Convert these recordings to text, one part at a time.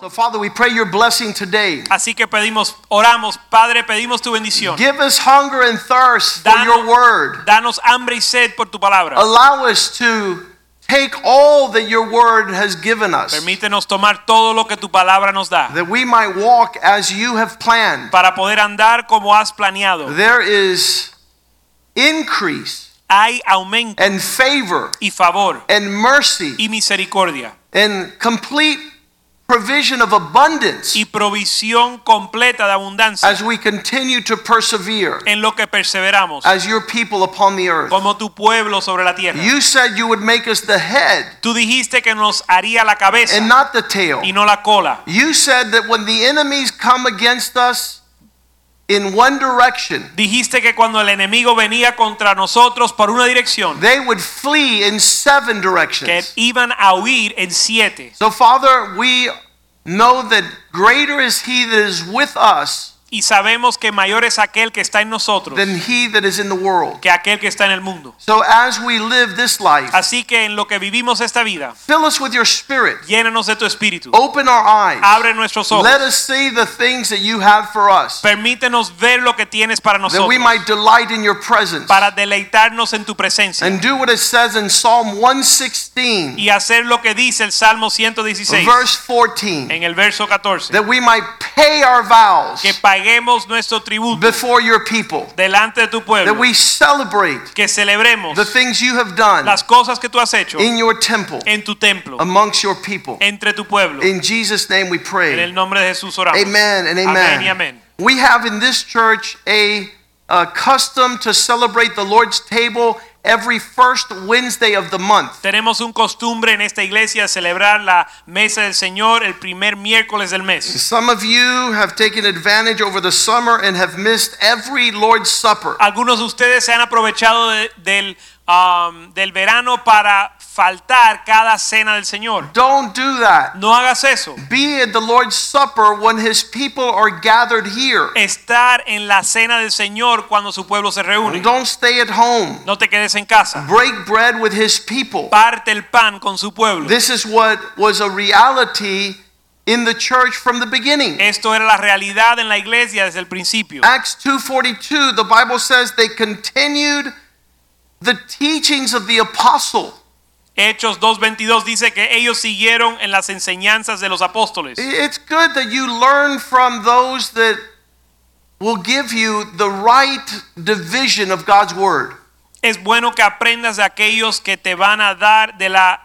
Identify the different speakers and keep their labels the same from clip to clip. Speaker 1: So, Father, we pray your blessing today.
Speaker 2: Así que pedimos, oramos, Padre, pedimos tu bendición.
Speaker 1: Give us hunger and thirst for
Speaker 2: Danos-
Speaker 1: your word.
Speaker 2: Danos hambre y sed por tu palabra.
Speaker 1: Allow us to take all that your word has given us,
Speaker 2: Permítenos tomar todo lo que tu palabra nos da
Speaker 1: that we might walk as you have planned.
Speaker 2: para poder andar como has planeado.
Speaker 1: There is increase
Speaker 2: Hay aumento
Speaker 1: and favor
Speaker 2: y favor
Speaker 1: and mercy
Speaker 2: y misericordia
Speaker 1: and complete provision of abundance
Speaker 2: y provisión completa de abundancia
Speaker 1: as we continue to persevere
Speaker 2: en lo que perseveramos
Speaker 1: as your people upon the earth.
Speaker 2: como tu pueblo sobre la tierra.
Speaker 1: You said you would make us the head
Speaker 2: Tú dijiste que nos haría la cabeza
Speaker 1: and not the tail.
Speaker 2: y no la cola.
Speaker 1: You said that when the enemies come against us in one direction,
Speaker 2: Dijiste que cuando el enemigo venía contra nosotros por una dirección,
Speaker 1: they would flee in seven
Speaker 2: que
Speaker 1: directions.
Speaker 2: iban a huir en siete.
Speaker 1: So, Father, we know that greater is He that is with us
Speaker 2: y sabemos que mayor es aquel que está en nosotros
Speaker 1: than He that is in the world.
Speaker 2: que aquel que está en el mundo.
Speaker 1: So, as we live this life,
Speaker 2: Así que en lo que vivimos esta vida,
Speaker 1: fill us with Your Spirit,
Speaker 2: llénanos de tu espíritu,
Speaker 1: open our eyes,
Speaker 2: abre nuestros ojos,
Speaker 1: Oh, let us see the things that You have for us,
Speaker 2: permítenos ver lo que tienes para
Speaker 1: that
Speaker 2: nosotros,
Speaker 1: we might delight in Your presence
Speaker 2: para deleitarnos en tu presencia
Speaker 1: and do what it says in Psalm 116,
Speaker 2: y hacer lo que dice el Salmo 116
Speaker 1: verse 14.
Speaker 2: en el verso 14,
Speaker 1: that we might pay our vows
Speaker 2: que paguemos nuestro tributo
Speaker 1: before your people,
Speaker 2: delante de tu
Speaker 1: that
Speaker 2: pueblo,
Speaker 1: we celebrate
Speaker 2: que celebremos
Speaker 1: the things you have done
Speaker 2: las cosas que tú has hecho
Speaker 1: in your temple,
Speaker 2: en tu templo,
Speaker 1: amongst your people.
Speaker 2: entre tu pueblo.
Speaker 1: In Jesus' name we
Speaker 2: En el
Speaker 1: pray.
Speaker 2: nombre de Jesús oramos.
Speaker 1: Amen and
Speaker 2: Amén
Speaker 1: amen.
Speaker 2: y amén.
Speaker 1: We have in this church a, a custom to celebrate the Lord's table every first Wednesday of the month.
Speaker 2: Tenemos un costumbre en esta iglesia de celebrar la mesa del Señor el primer miércoles del mes.
Speaker 1: Some of you have taken advantage over the summer and have missed every Lord's Supper.
Speaker 2: Algunos de ustedes se han aprovechado de- del, um, del verano para faltar cada cena del Señor.
Speaker 1: Don't do that.
Speaker 2: No hagas eso.
Speaker 1: be at the Lord's Supper when his people are gathered here.
Speaker 2: Estar en la cena del Señor cuando su pueblo se reúne.
Speaker 1: Don't stay at home.
Speaker 2: No te quedes en casa.
Speaker 1: Break bread with his people.
Speaker 2: Parte el pan con su pueblo.
Speaker 1: This is what was a reality in the church from the beginning.
Speaker 2: Esto era la realidad en la iglesia desde el principio.
Speaker 1: Acts 2:42 the Bible says they continued the teachings of the apostle.
Speaker 2: Hechos 2.22 dice que ellos siguieron en las enseñanzas de los apóstoles.
Speaker 1: It's good that you learn from those that will give you the right division of God's word.
Speaker 2: Es bueno que aprendas de aquellos que te van a dar de la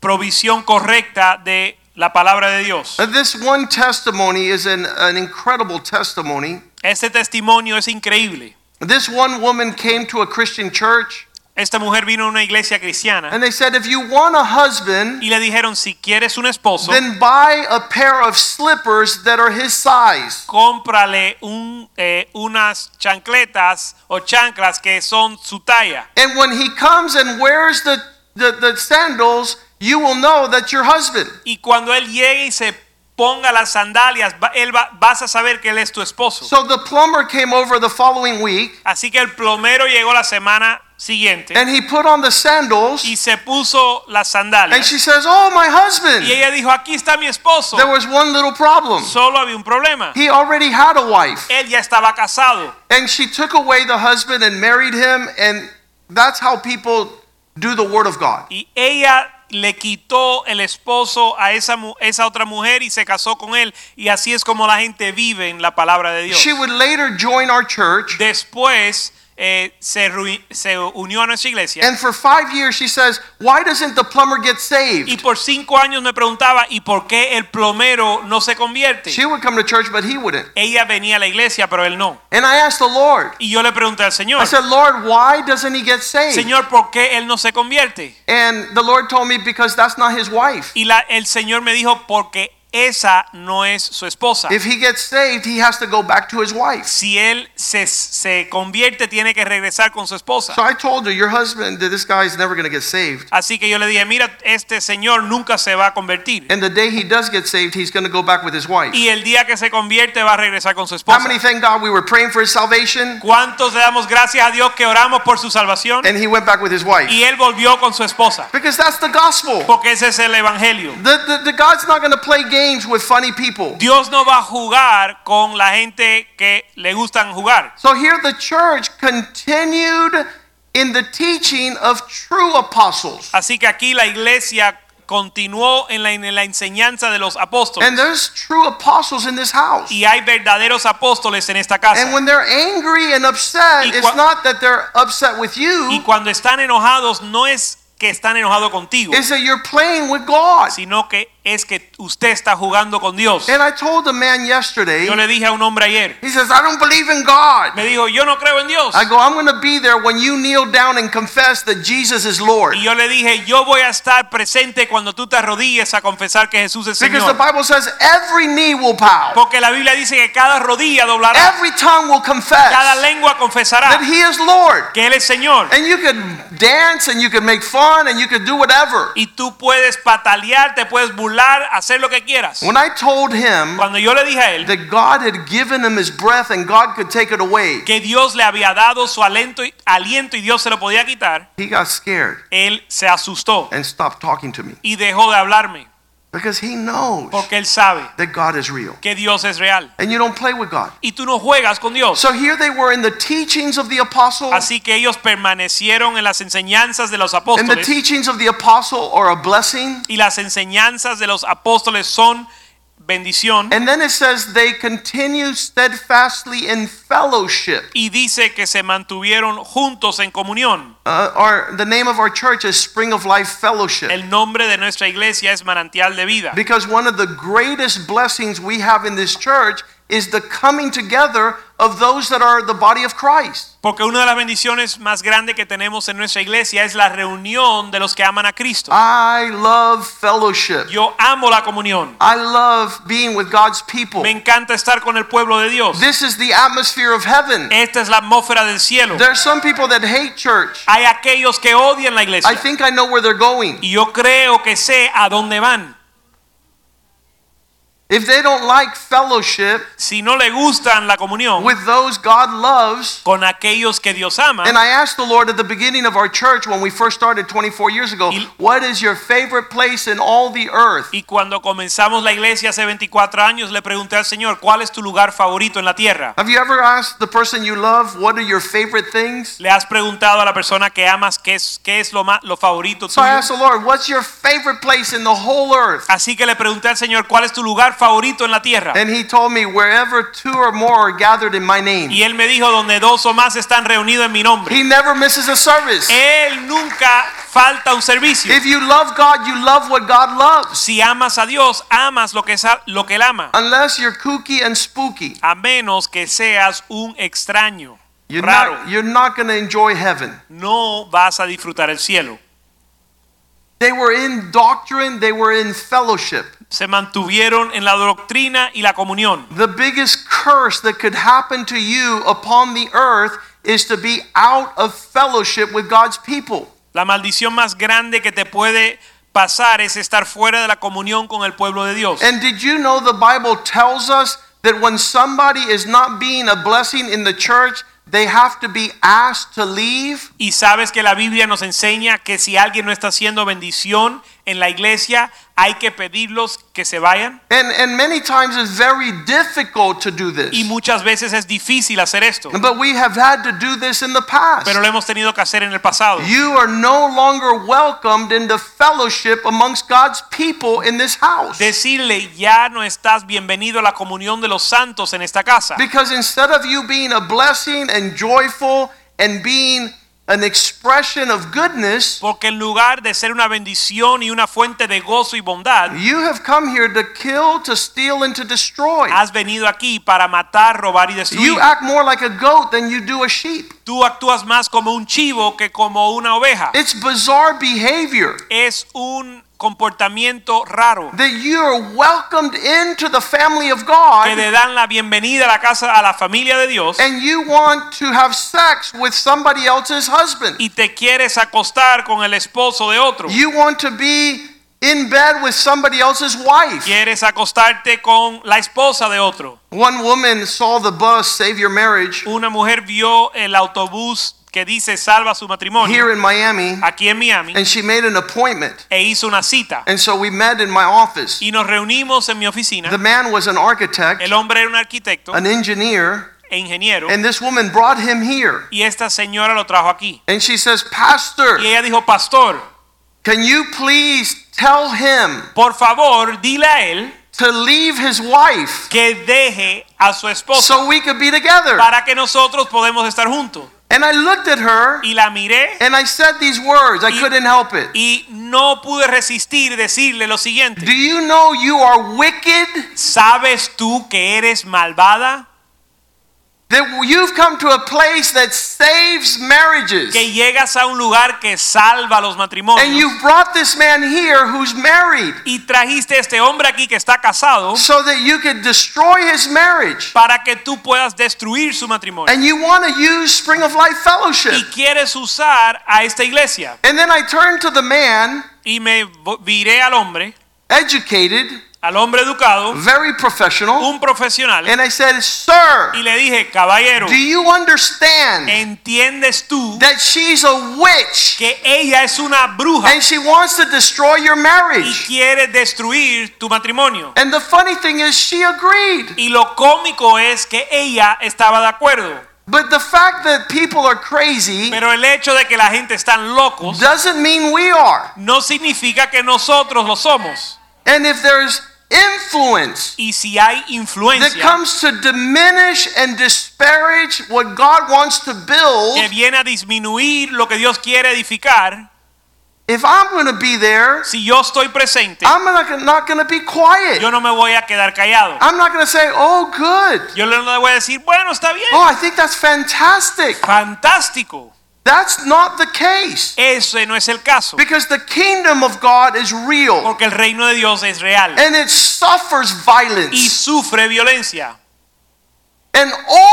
Speaker 2: provisión correcta de la palabra de Dios.
Speaker 1: Uh, This one testimony is an, an incredible testimony.
Speaker 2: Este testimonio es increíble.
Speaker 1: This one woman came to a Christian church
Speaker 2: Esta mujer vino a una iglesia cristiana
Speaker 1: and they said, if you want a husband,
Speaker 2: y le dijeron, si quieres un esposo,
Speaker 1: then buy a pair of slippers that are his size.
Speaker 2: cómprale un, eh, unas chancletas o chanclas que son su talla.
Speaker 1: And when he comes and wears the, the, the sandals, you will know that's your husband.
Speaker 2: Y cuando él llegue y se ponga las sandalias, va- él va- vas a saber que él es tu esposo.
Speaker 1: So the plumber came over the following week
Speaker 2: Así que el plomero llegó la semana siguiente
Speaker 1: and he put on the sandals
Speaker 2: y se puso las
Speaker 1: and
Speaker 2: sandalias.
Speaker 1: she says, Oh, my
Speaker 2: Y
Speaker 1: husband.
Speaker 2: ella dijo, aquí está mi esposo.
Speaker 1: There was one little problem.
Speaker 2: Solo había un problema.
Speaker 1: He already had a wife.
Speaker 2: Él ya estaba casado.
Speaker 1: And she took away the husband and married him. And that's how people do the word of God.
Speaker 2: Y ella le quitó el esposo a esa, mu- esa otra mujer y se casó con él. Y así es como la gente vive en la palabra de Dios.
Speaker 1: She would later join our church.
Speaker 2: Después eh, se, rui- se unió a nuestra iglesia.
Speaker 1: And for five years, she says, Why doesn't the plumber get
Speaker 2: Y
Speaker 1: saved?
Speaker 2: por cinco años me preguntaba, ¿y por qué el plomero no se convierte?
Speaker 1: She would come to church, but he wouldn't.
Speaker 2: Ella venía a la iglesia, pero él no.
Speaker 1: And I asked the Lord,
Speaker 2: Y yo le pregunté al Señor,
Speaker 1: I said, Lord, why doesn't he get saved?
Speaker 2: Señor, ¿por qué él no se convierte?
Speaker 1: And the Lord told me, Because that's not his wife.
Speaker 2: Y la- el Señor me dijo, porque esa no es su esposa.
Speaker 1: If he gets saved, he has to go back to his wife.
Speaker 2: Si él se, se convierte, tiene que regresar con su esposa.
Speaker 1: So I told her, your husband, that this guy is never going to get saved.
Speaker 2: Así que yo le dije, mira, este señor nunca se va a convertir.
Speaker 1: And the day he does get saved, he's going to go back with his wife.
Speaker 2: Y el día que se convierte va a regresar con su
Speaker 1: How
Speaker 2: esposa.
Speaker 1: many thank God we were praying for his salvation
Speaker 2: ¿Cuántos le damos gracias a Dios que oramos por su salvación?
Speaker 1: and he went back with his wife?
Speaker 2: Y él volvió con su esposa.
Speaker 1: Because that's the gospel.
Speaker 2: Porque ese es el evangelio.
Speaker 1: The, the, the God's not going to play games with funny people.
Speaker 2: Dios no va a jugar con la gente que le gustan jugar.
Speaker 1: So here the church continued in the teaching of true apostles.
Speaker 2: Así que aquí la iglesia continuó en la, en la enseñanza de los apóstoles.
Speaker 1: And there's true apostles in this house.
Speaker 2: Y hay verdaderos apóstoles en esta casa.
Speaker 1: And when they're angry and upset,
Speaker 2: Y
Speaker 1: it's
Speaker 2: cua-
Speaker 1: not that they're upset with
Speaker 2: Y
Speaker 1: you,
Speaker 2: cuando están enojados no es que están enojados contigo,
Speaker 1: it's that you're playing with God.
Speaker 2: sino que es que usted está jugando con Dios.
Speaker 1: And I told a man yesterday,
Speaker 2: Yo le dije a un hombre ayer,
Speaker 1: he says, I don't believe in God.
Speaker 2: me dijo, yo no creo en Dios.
Speaker 1: I go, I'm going to be there when you kneel down and confess that Jesus is Lord.
Speaker 2: Y yo le dije, yo voy a estar presente cuando tú te arrodilles a confesar que Jesús es
Speaker 1: Because the
Speaker 2: Señor.
Speaker 1: Bible says every knee will bow,
Speaker 2: Porque la Biblia dice que cada rodilla doblará,
Speaker 1: every tongue will
Speaker 2: cada
Speaker 1: confess
Speaker 2: lengua
Speaker 1: that
Speaker 2: confesará
Speaker 1: He is Lord.
Speaker 2: que Él es Señor.
Speaker 1: And you could dance and you could make fun and you could do whatever.
Speaker 2: Y tú puedes patalear, te puedes burlar, hacer lo que quieras.
Speaker 1: When I told him
Speaker 2: Cuando yo le dije a él
Speaker 1: that God had given him his breath and God could take it away,
Speaker 2: que Dios le había dado su aliento y, aliento y Dios se lo podía quitar,
Speaker 1: he got scared
Speaker 2: él se asustó.
Speaker 1: and stopped talking to me
Speaker 2: y dejó de hablarme
Speaker 1: because he knows
Speaker 2: porque él sabe
Speaker 1: that God is real.
Speaker 2: que Dios es real
Speaker 1: And you don't play with God.
Speaker 2: y tú no juegas con Dios.
Speaker 1: So here they were in the teachings of the apostles.
Speaker 2: Así que ellos permanecieron en las enseñanzas de los
Speaker 1: And the
Speaker 2: apóstoles
Speaker 1: teachings of the apostle are a blessing.
Speaker 2: y las enseñanzas de los apóstoles son bendición
Speaker 1: And then it says they continue steadfastly in fellowship.
Speaker 2: y dice que se mantuvieron juntos en comunión.
Speaker 1: Uh, our, the name of our church is Spring of Life Fellowship.
Speaker 2: El nombre de nuestra iglesia es manantial de vida
Speaker 1: Because one of the greatest blessings we have in this church is the coming together of those that are the body of Christ.
Speaker 2: porque una de las bendiciones más grandes que tenemos en nuestra iglesia es la reunión de los que aman a Cristo.
Speaker 1: I love fellowship.
Speaker 2: Yo amo la comunión.
Speaker 1: I love being with God's people.
Speaker 2: Me encanta estar con el pueblo de Dios.
Speaker 1: This is the atmosphere of heaven.
Speaker 2: Esta es la atmósfera del cielo.
Speaker 1: There are some people that hate church.
Speaker 2: Hay aquellos que odian la
Speaker 1: I
Speaker 2: iglesia.
Speaker 1: think I know where they're going.
Speaker 2: Y yo creo que sé a dónde van.
Speaker 1: If they don't like fellowship
Speaker 2: Si no le gustan la comunión
Speaker 1: with those God loves,
Speaker 2: con aquellos que Dios ama,
Speaker 1: and I asked the Lord at the beginning of our church when we first started 24 years ago,
Speaker 2: Y-
Speaker 1: what is your favorite place in all the earth?
Speaker 2: y cuando comenzamos la iglesia hace 24 años, le pregunté al Señor, ¿cuál es tu lugar favorito en la tierra?
Speaker 1: Have you ever asked the person you love, what are your favorite things?
Speaker 2: ¿Le has preguntado a la persona que amas qué es, qué es lo, más, lo favorito
Speaker 1: So I
Speaker 2: tuyo?
Speaker 1: asked the Lord, what's your favorite place in the whole earth?
Speaker 2: Así que le pregunté al Señor, ¿cuál es tu lugar favorito en la tierra?
Speaker 1: And he told me, wherever two or more are gathered in my name.
Speaker 2: Y él me dijo, donde dos o más están reunidos en mi nombre.
Speaker 1: He never misses a service.
Speaker 2: Él nunca falta un servicio.
Speaker 1: If you love God, you love what God loves.
Speaker 2: Si amas a Dios, amas lo que, sa- lo que Él ama.
Speaker 1: Unless you're kooky and spooky,
Speaker 2: A menos que seas un extraño.
Speaker 1: you're
Speaker 2: raro.
Speaker 1: not, you're not going to enjoy heaven.
Speaker 2: No vas a disfrutar el cielo.
Speaker 1: They were in doctrine, they were in fellowship.
Speaker 2: Se mantuvieron en la doctrina y la comunión.
Speaker 1: The biggest curse that could happen to you upon the earth is to be out of fellowship with God's people.
Speaker 2: La maldición más grande que te puede pasar es estar fuera de la comunión con el pueblo de Dios.
Speaker 1: And did you know the Bible tells us that when somebody is not being a blessing in the church, they have to be asked to leave?
Speaker 2: Y sabes que la Biblia nos enseña que si alguien no está haciendo bendición en la iglesia, hay que pedirlos que se vayan.
Speaker 1: And, and many times it's very difficult to do this.
Speaker 2: Y muchas veces es difícil hacer esto.
Speaker 1: But we have had to do this in the
Speaker 2: Pero
Speaker 1: past.
Speaker 2: lo hemos tenido que hacer en el pasado.
Speaker 1: You are no longer welcomed into fellowship amongst God's people in this house.
Speaker 2: decirle ya no estás bienvenido a la comunión de los santos en esta casa.
Speaker 1: Because instead of you being a blessing and joyful and being an expression of goodness,
Speaker 2: Porque en lugar de ser una bendición y una fuente de gozo y bondad,
Speaker 1: you have come here to kill, to steal, and to destroy.
Speaker 2: has venido aquí para matar, robar y destruir.
Speaker 1: You act more like a goat than you do a sheep.
Speaker 2: Tú actúas más como un chivo que como una oveja.
Speaker 1: It's bizarre behavior.
Speaker 2: Es un comportamiento raro
Speaker 1: that you are welcomed into the family of God
Speaker 2: que le dan la bienvenida a la casa a la familia de Dios
Speaker 1: and you want to have sex with somebody else's husband.
Speaker 2: y te quieres acostar con el esposo de otro.
Speaker 1: You want to be in bed with somebody else's wife.
Speaker 2: Quieres acostarte con la esposa de otro.
Speaker 1: One woman saw the bus save your marriage
Speaker 2: Una mujer vio el autobús que dice salva su
Speaker 1: here
Speaker 2: matrimonio
Speaker 1: in Miami
Speaker 2: aquí en Miami
Speaker 1: and she made an appointment.
Speaker 2: e hizo una cita
Speaker 1: And so we met in my office.
Speaker 2: y nos reunimos en mi oficina.
Speaker 1: The man was an architect,
Speaker 2: El hombre era un arquitecto
Speaker 1: an engineer,
Speaker 2: e ingeniero
Speaker 1: and this woman brought him here.
Speaker 2: y esta señora lo trajo aquí.
Speaker 1: And she says,
Speaker 2: Y
Speaker 1: Pastor,
Speaker 2: ella dijo, pastor,
Speaker 1: can you please tell him
Speaker 2: por favor, dile a él
Speaker 1: to leave his wife
Speaker 2: que deje a su esposo
Speaker 1: so we could be together?
Speaker 2: para que nosotros podamos estar juntos.
Speaker 1: And I looked at her
Speaker 2: Y la miré
Speaker 1: and I said these words. I couldn't help it.
Speaker 2: y no pude resistir decirle lo siguiente.
Speaker 1: Do you know you are wicked?
Speaker 2: ¿Sabes tú que eres malvada?
Speaker 1: That you've come to a place that saves marriages.
Speaker 2: Que llegas a un lugar que salva los
Speaker 1: And
Speaker 2: matrimonios.
Speaker 1: you've brought this man here who's married
Speaker 2: Y trajiste a este hombre aquí que está casado
Speaker 1: so that you could destroy his marriage.
Speaker 2: para que tú puedas destruir su matrimonio.
Speaker 1: And you want to use Spring of Life
Speaker 2: Y
Speaker 1: Fellowship.
Speaker 2: quieres usar a esta iglesia.
Speaker 1: And then I turned to the man,
Speaker 2: Y me vo- viré al hombre,
Speaker 1: educated,
Speaker 2: al hombre educado,
Speaker 1: very professional,
Speaker 2: un profesional,
Speaker 1: and I said, Sir,
Speaker 2: y le dije, caballero,
Speaker 1: do you understand
Speaker 2: ¿entiendes tú
Speaker 1: that she's a witch
Speaker 2: que ella es una bruja
Speaker 1: and she wants to destroy your
Speaker 2: y
Speaker 1: marriage?
Speaker 2: quiere destruir tu matrimonio?
Speaker 1: And the funny thing is, she agreed.
Speaker 2: Y lo cómico es que ella estaba de acuerdo.
Speaker 1: But the fact that people are crazy
Speaker 2: Pero el hecho de que la gente están locos
Speaker 1: doesn't mean we are.
Speaker 2: no significa que nosotros lo somos.
Speaker 1: And if there's influence
Speaker 2: Y si hay
Speaker 1: that
Speaker 2: influencia
Speaker 1: comes to diminish and disparage what God wants to build,
Speaker 2: que viene a disminuir lo que Dios quiere edificar,
Speaker 1: if I'm going to be there,
Speaker 2: si yo estoy presente,
Speaker 1: I'm not, not going to be quiet.
Speaker 2: yo no me voy a quedar callado.
Speaker 1: I'm not going to say, oh, good.
Speaker 2: Yo no le voy a decir, bueno, está bien,
Speaker 1: Oh, I think that's fantastic.
Speaker 2: fantástico.
Speaker 1: That's not the case.
Speaker 2: Ese no es el caso,
Speaker 1: Because the kingdom of God is real
Speaker 2: porque el reino de Dios es real
Speaker 1: and it suffers
Speaker 2: y
Speaker 1: violence.
Speaker 2: sufre violencia.
Speaker 1: And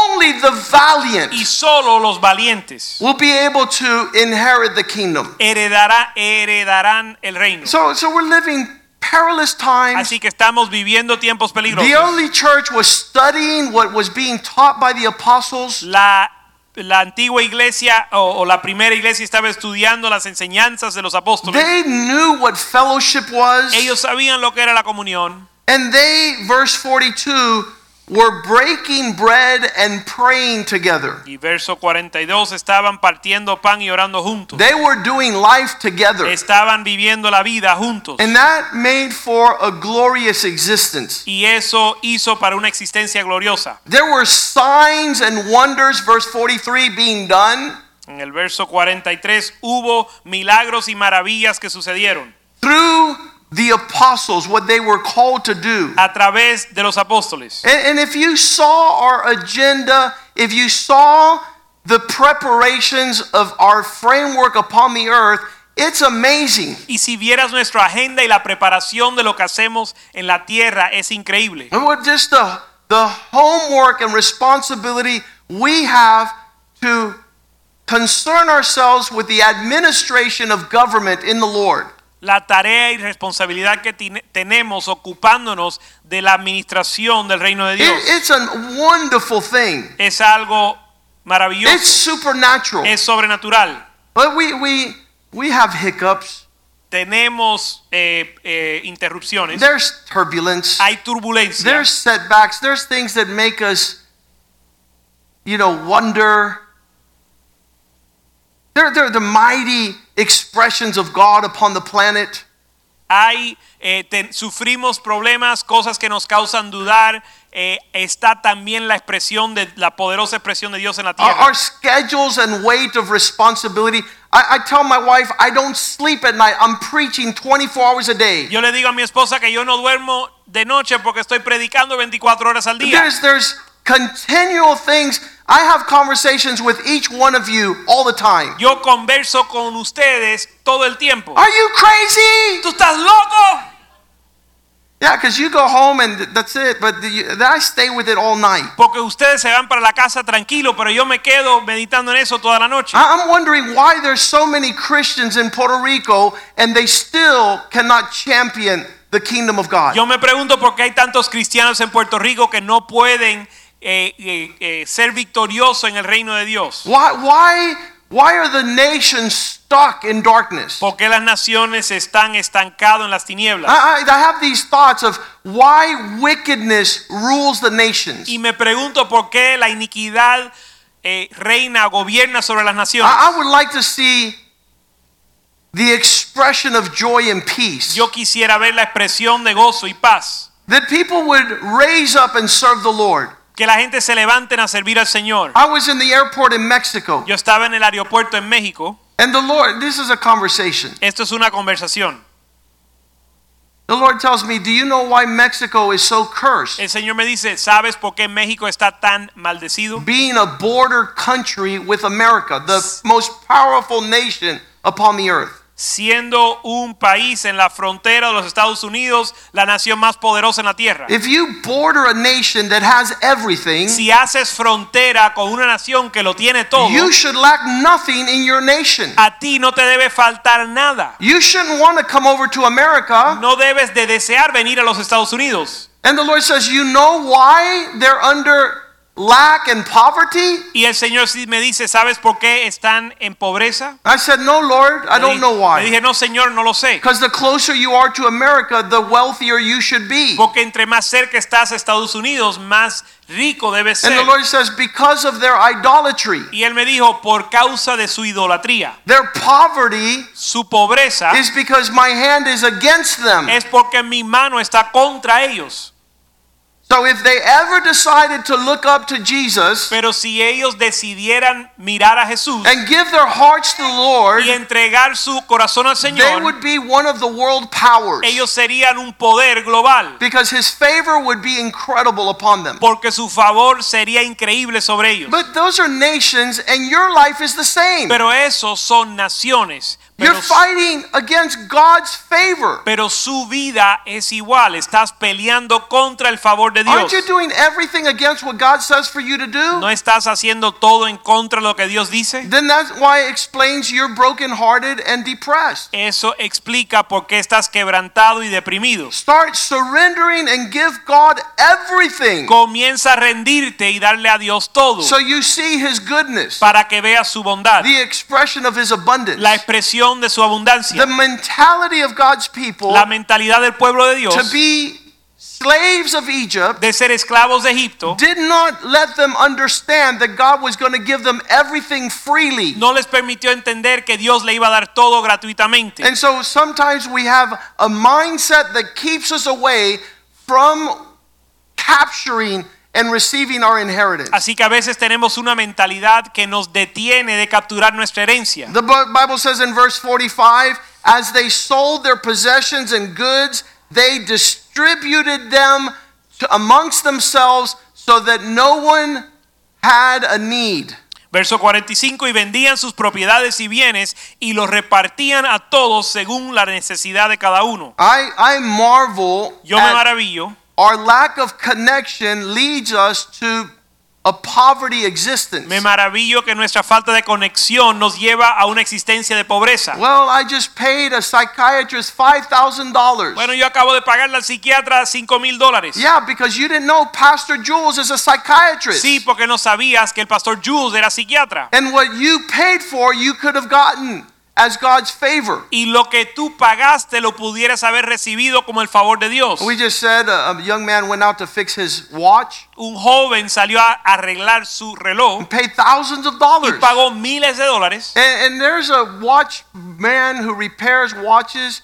Speaker 1: only the valiant
Speaker 2: Y solo los valientes
Speaker 1: will be able to inherit the kingdom.
Speaker 2: heredará, heredarán el reino.
Speaker 1: So, so we're living perilous times.
Speaker 2: Así que estamos viviendo tiempos
Speaker 1: The
Speaker 2: peligrosos.
Speaker 1: early church was studying what was being taught by the apostles,
Speaker 2: la, la antigua iglesia o, o la primera iglesia estaba estudiando las enseñanzas de los apóstoles.
Speaker 1: they knew what fellowship was.
Speaker 2: Ellos sabían lo que era la comunión
Speaker 1: And they, verse 42, were breaking bread and praying together.
Speaker 2: y verso 42 estaban partiendo pan y orando juntos.
Speaker 1: They were doing life together.
Speaker 2: Estaban viviendo la vida juntos
Speaker 1: And that made for a glorious existence.
Speaker 2: y eso hizo para una existencia gloriosa.
Speaker 1: There were signs and wonders, verse 43, being done
Speaker 2: En el verso 43 hubo milagros y maravillas que sucedieron
Speaker 1: through the apostles, what they were called to do.
Speaker 2: a través de los apóstoles.
Speaker 1: And, and if you saw our agenda, if you saw the preparations of our framework upon the earth, it's amazing.
Speaker 2: Y si vieras nuestra agenda y la preparación de lo que hacemos en la tierra es increíble.
Speaker 1: And what just the, the homework and responsibility we have to concern ourselves with the administration of government in the Lord.
Speaker 2: la tarea y responsabilidad que tine- tenemos ocupándonos de la administración del reino de
Speaker 1: It-
Speaker 2: Dios
Speaker 1: it's a wonderful thing.
Speaker 2: es algo
Speaker 1: It's
Speaker 2: maravilloso,
Speaker 1: supernatural.
Speaker 2: es sobrenatural.
Speaker 1: But we, we, we have hiccups.
Speaker 2: Tenemos eh, eh, interrupciones,
Speaker 1: There's turbulence.
Speaker 2: hay turbulencia,
Speaker 1: There's setbacks. There's things that make us, you know, wonder. They're, they're the mighty expressions of God upon the planet.
Speaker 2: hay, eh, te- sufrimos problemas, cosas que nos causan dudar. eh, está también la expresión de la poderosa expresión de Dios en la
Speaker 1: Our,
Speaker 2: tierra.
Speaker 1: our schedules and weight of responsibility. I, I tell my wife, I don't sleep at night. I'm preaching 24 hours a day.
Speaker 2: Yo le digo a mi esposa que yo no duermo de noche porque estoy predicando 24 horas al día.
Speaker 1: There's, there's continual things. I have conversations with each one of you all the time.
Speaker 2: Yo converso con ustedes todo el tiempo.
Speaker 1: Are you crazy?
Speaker 2: ¿Tú estás loco?
Speaker 1: Yeah, because you go home and that's it. But the, then I stay with it all night.
Speaker 2: Porque ustedes se van para la casa tranquilo, pero yo me quedo meditando en eso toda la noche.
Speaker 1: I- I'm wondering why there's so many Christians in Puerto Rico and they still cannot champion the kingdom of God.
Speaker 2: Yo me pregunto por qué hay tantos cristianos en Puerto Rico que no pueden eh, eh, eh, ser victoriosos en el reino de Dios.
Speaker 1: Why, why, why are the nations stuck in darkness? I,
Speaker 2: ¿Por qué las naciones están estancadas en las tinieblas?
Speaker 1: I, I have these thoughts of why wickedness rules the nations.
Speaker 2: Y me pregunto por qué la iniquidad eh, reina o gobierna sobre las naciones.
Speaker 1: I, I would like to see the expression of joy and peace.
Speaker 2: Yo quisiera ver la expresión de gozo y paz.
Speaker 1: That people would raise up and serve the Lord.
Speaker 2: Que la gente se levanten a servir al Señor.
Speaker 1: I was in the airport in Mexico,
Speaker 2: Yo estaba en el aeropuerto en México.
Speaker 1: and the Lord, this is a conversation.
Speaker 2: Esto es una conversación.
Speaker 1: The Lord tells me, Do you know why Mexico is so cursed?
Speaker 2: El Señor me dice, ¿sabes por qué México está tan maldecido?
Speaker 1: Being a border country with America, the most powerful nation upon the earth.
Speaker 2: Siendo un país en la frontera de los Estados Unidos, la nación más poderosa en la tierra.
Speaker 1: If you border a nation that has everything,
Speaker 2: Si haces frontera con una nación que lo tiene todo, Ah.
Speaker 1: you should lack nothing in your nation.
Speaker 2: a ti no te debe faltar nada.
Speaker 1: You shouldn't want to come over to America.
Speaker 2: No debes de desear venir a los Estados Unidos.
Speaker 1: And the Lord says, You know why they're under lack and poverty?
Speaker 2: Y el Señor sí me dice, ¿sabes por qué están en pobreza?
Speaker 1: I said, No, Lord, I
Speaker 2: Le di-
Speaker 1: don't know
Speaker 2: Le
Speaker 1: why.
Speaker 2: dije, no, Señor, no lo sé.
Speaker 1: Because the closer you are to America, the wealthier you should be.
Speaker 2: Porque entre más cerca estás a Estados Unidos, más rico debes
Speaker 1: And
Speaker 2: ser.
Speaker 1: the Lord says, Because of their idolatry,
Speaker 2: Y él me dijo, por causa de su idolatría,
Speaker 1: their poverty
Speaker 2: su pobreza
Speaker 1: is because my hand is against them.
Speaker 2: es porque mi mano está contra ellos.
Speaker 1: So if they ever decided to look up to Jesus
Speaker 2: Pero si ellos decidieran mirar a Jesús
Speaker 1: and give their hearts to the Lord,
Speaker 2: y entregar su corazón al
Speaker 1: they
Speaker 2: Señor,
Speaker 1: would be one of the world powers
Speaker 2: ellos serían un poder global,
Speaker 1: because his favor would be incredible upon them.
Speaker 2: porque su favor sería increíble sobre ellos.
Speaker 1: But those are nations, and your life is the same.
Speaker 2: Pero esos son naciones.
Speaker 1: You're
Speaker 2: Pero,
Speaker 1: fighting against God's favor.
Speaker 2: pero su vida es igual, estás peleando contra el favor de
Speaker 1: Aren't
Speaker 2: Dios.
Speaker 1: you doing everything against what God says for you to do?
Speaker 2: ¿No estás haciendo todo en contra de lo que Dios dice?
Speaker 1: Then that's why it explains you're brokenhearted and depressed.
Speaker 2: Eso explica por qué estás quebrantado y deprimido.
Speaker 1: Start surrendering and give God everything
Speaker 2: Comienza a rendirte y darle a Dios todo
Speaker 1: so you see his goodness,
Speaker 2: para que veas su bondad,
Speaker 1: the expression of his abundance,
Speaker 2: la expresión de su
Speaker 1: the
Speaker 2: abundancia,
Speaker 1: mentality of God's people
Speaker 2: la mentalidad del pueblo de Dios
Speaker 1: to be slaves of Egypt.
Speaker 2: de ser esclavos de Egipto.
Speaker 1: did not let them understand that God was going to give them everything freely.
Speaker 2: No les permitió entender que Dios le iba a dar todo gratuitamente.
Speaker 1: And so sometimes we have a mindset that keeps us away from capturing and receiving our inheritance.
Speaker 2: Así que a veces tenemos una mentalidad que nos detiene de capturar nuestra herencia.
Speaker 1: The Bi- Bible says in verse 45 as they sold their possessions and goods, they distributed them to- amongst themselves so that no one had a need.
Speaker 2: Verso 45, y vendían sus propiedades y bienes y los repartían a todos según la necesidad de cada uno.
Speaker 1: I, I marvel
Speaker 2: Yo me
Speaker 1: at
Speaker 2: maravillo
Speaker 1: Our lack of connection leads us to a poverty existence.
Speaker 2: Me maravillo que nuestra falta de conexión nos lleva a una existencia de pobreza.
Speaker 1: Well, I just paid a psychiatrist five thousand dollars.
Speaker 2: Bueno, yo acabo de pagarle al psiquiatra 5 mil dólares.
Speaker 1: Yeah, because you didn't know Pastor Jules is a psychiatrist.
Speaker 2: Sí, porque no sabías que el pastor Jules era psiquiatra.
Speaker 1: And what you paid for, you could have gotten as God's favor.
Speaker 2: Y lo que tú pagaste lo pudieras haber recibido como el favor de Dios.
Speaker 1: We just said a, a young man went out to fix his watch
Speaker 2: Un joven salió a arreglar su reloj
Speaker 1: and paid thousands of
Speaker 2: y
Speaker 1: dollars.
Speaker 2: pagó miles de dólares.
Speaker 1: And, and there's a watch man who repairs watches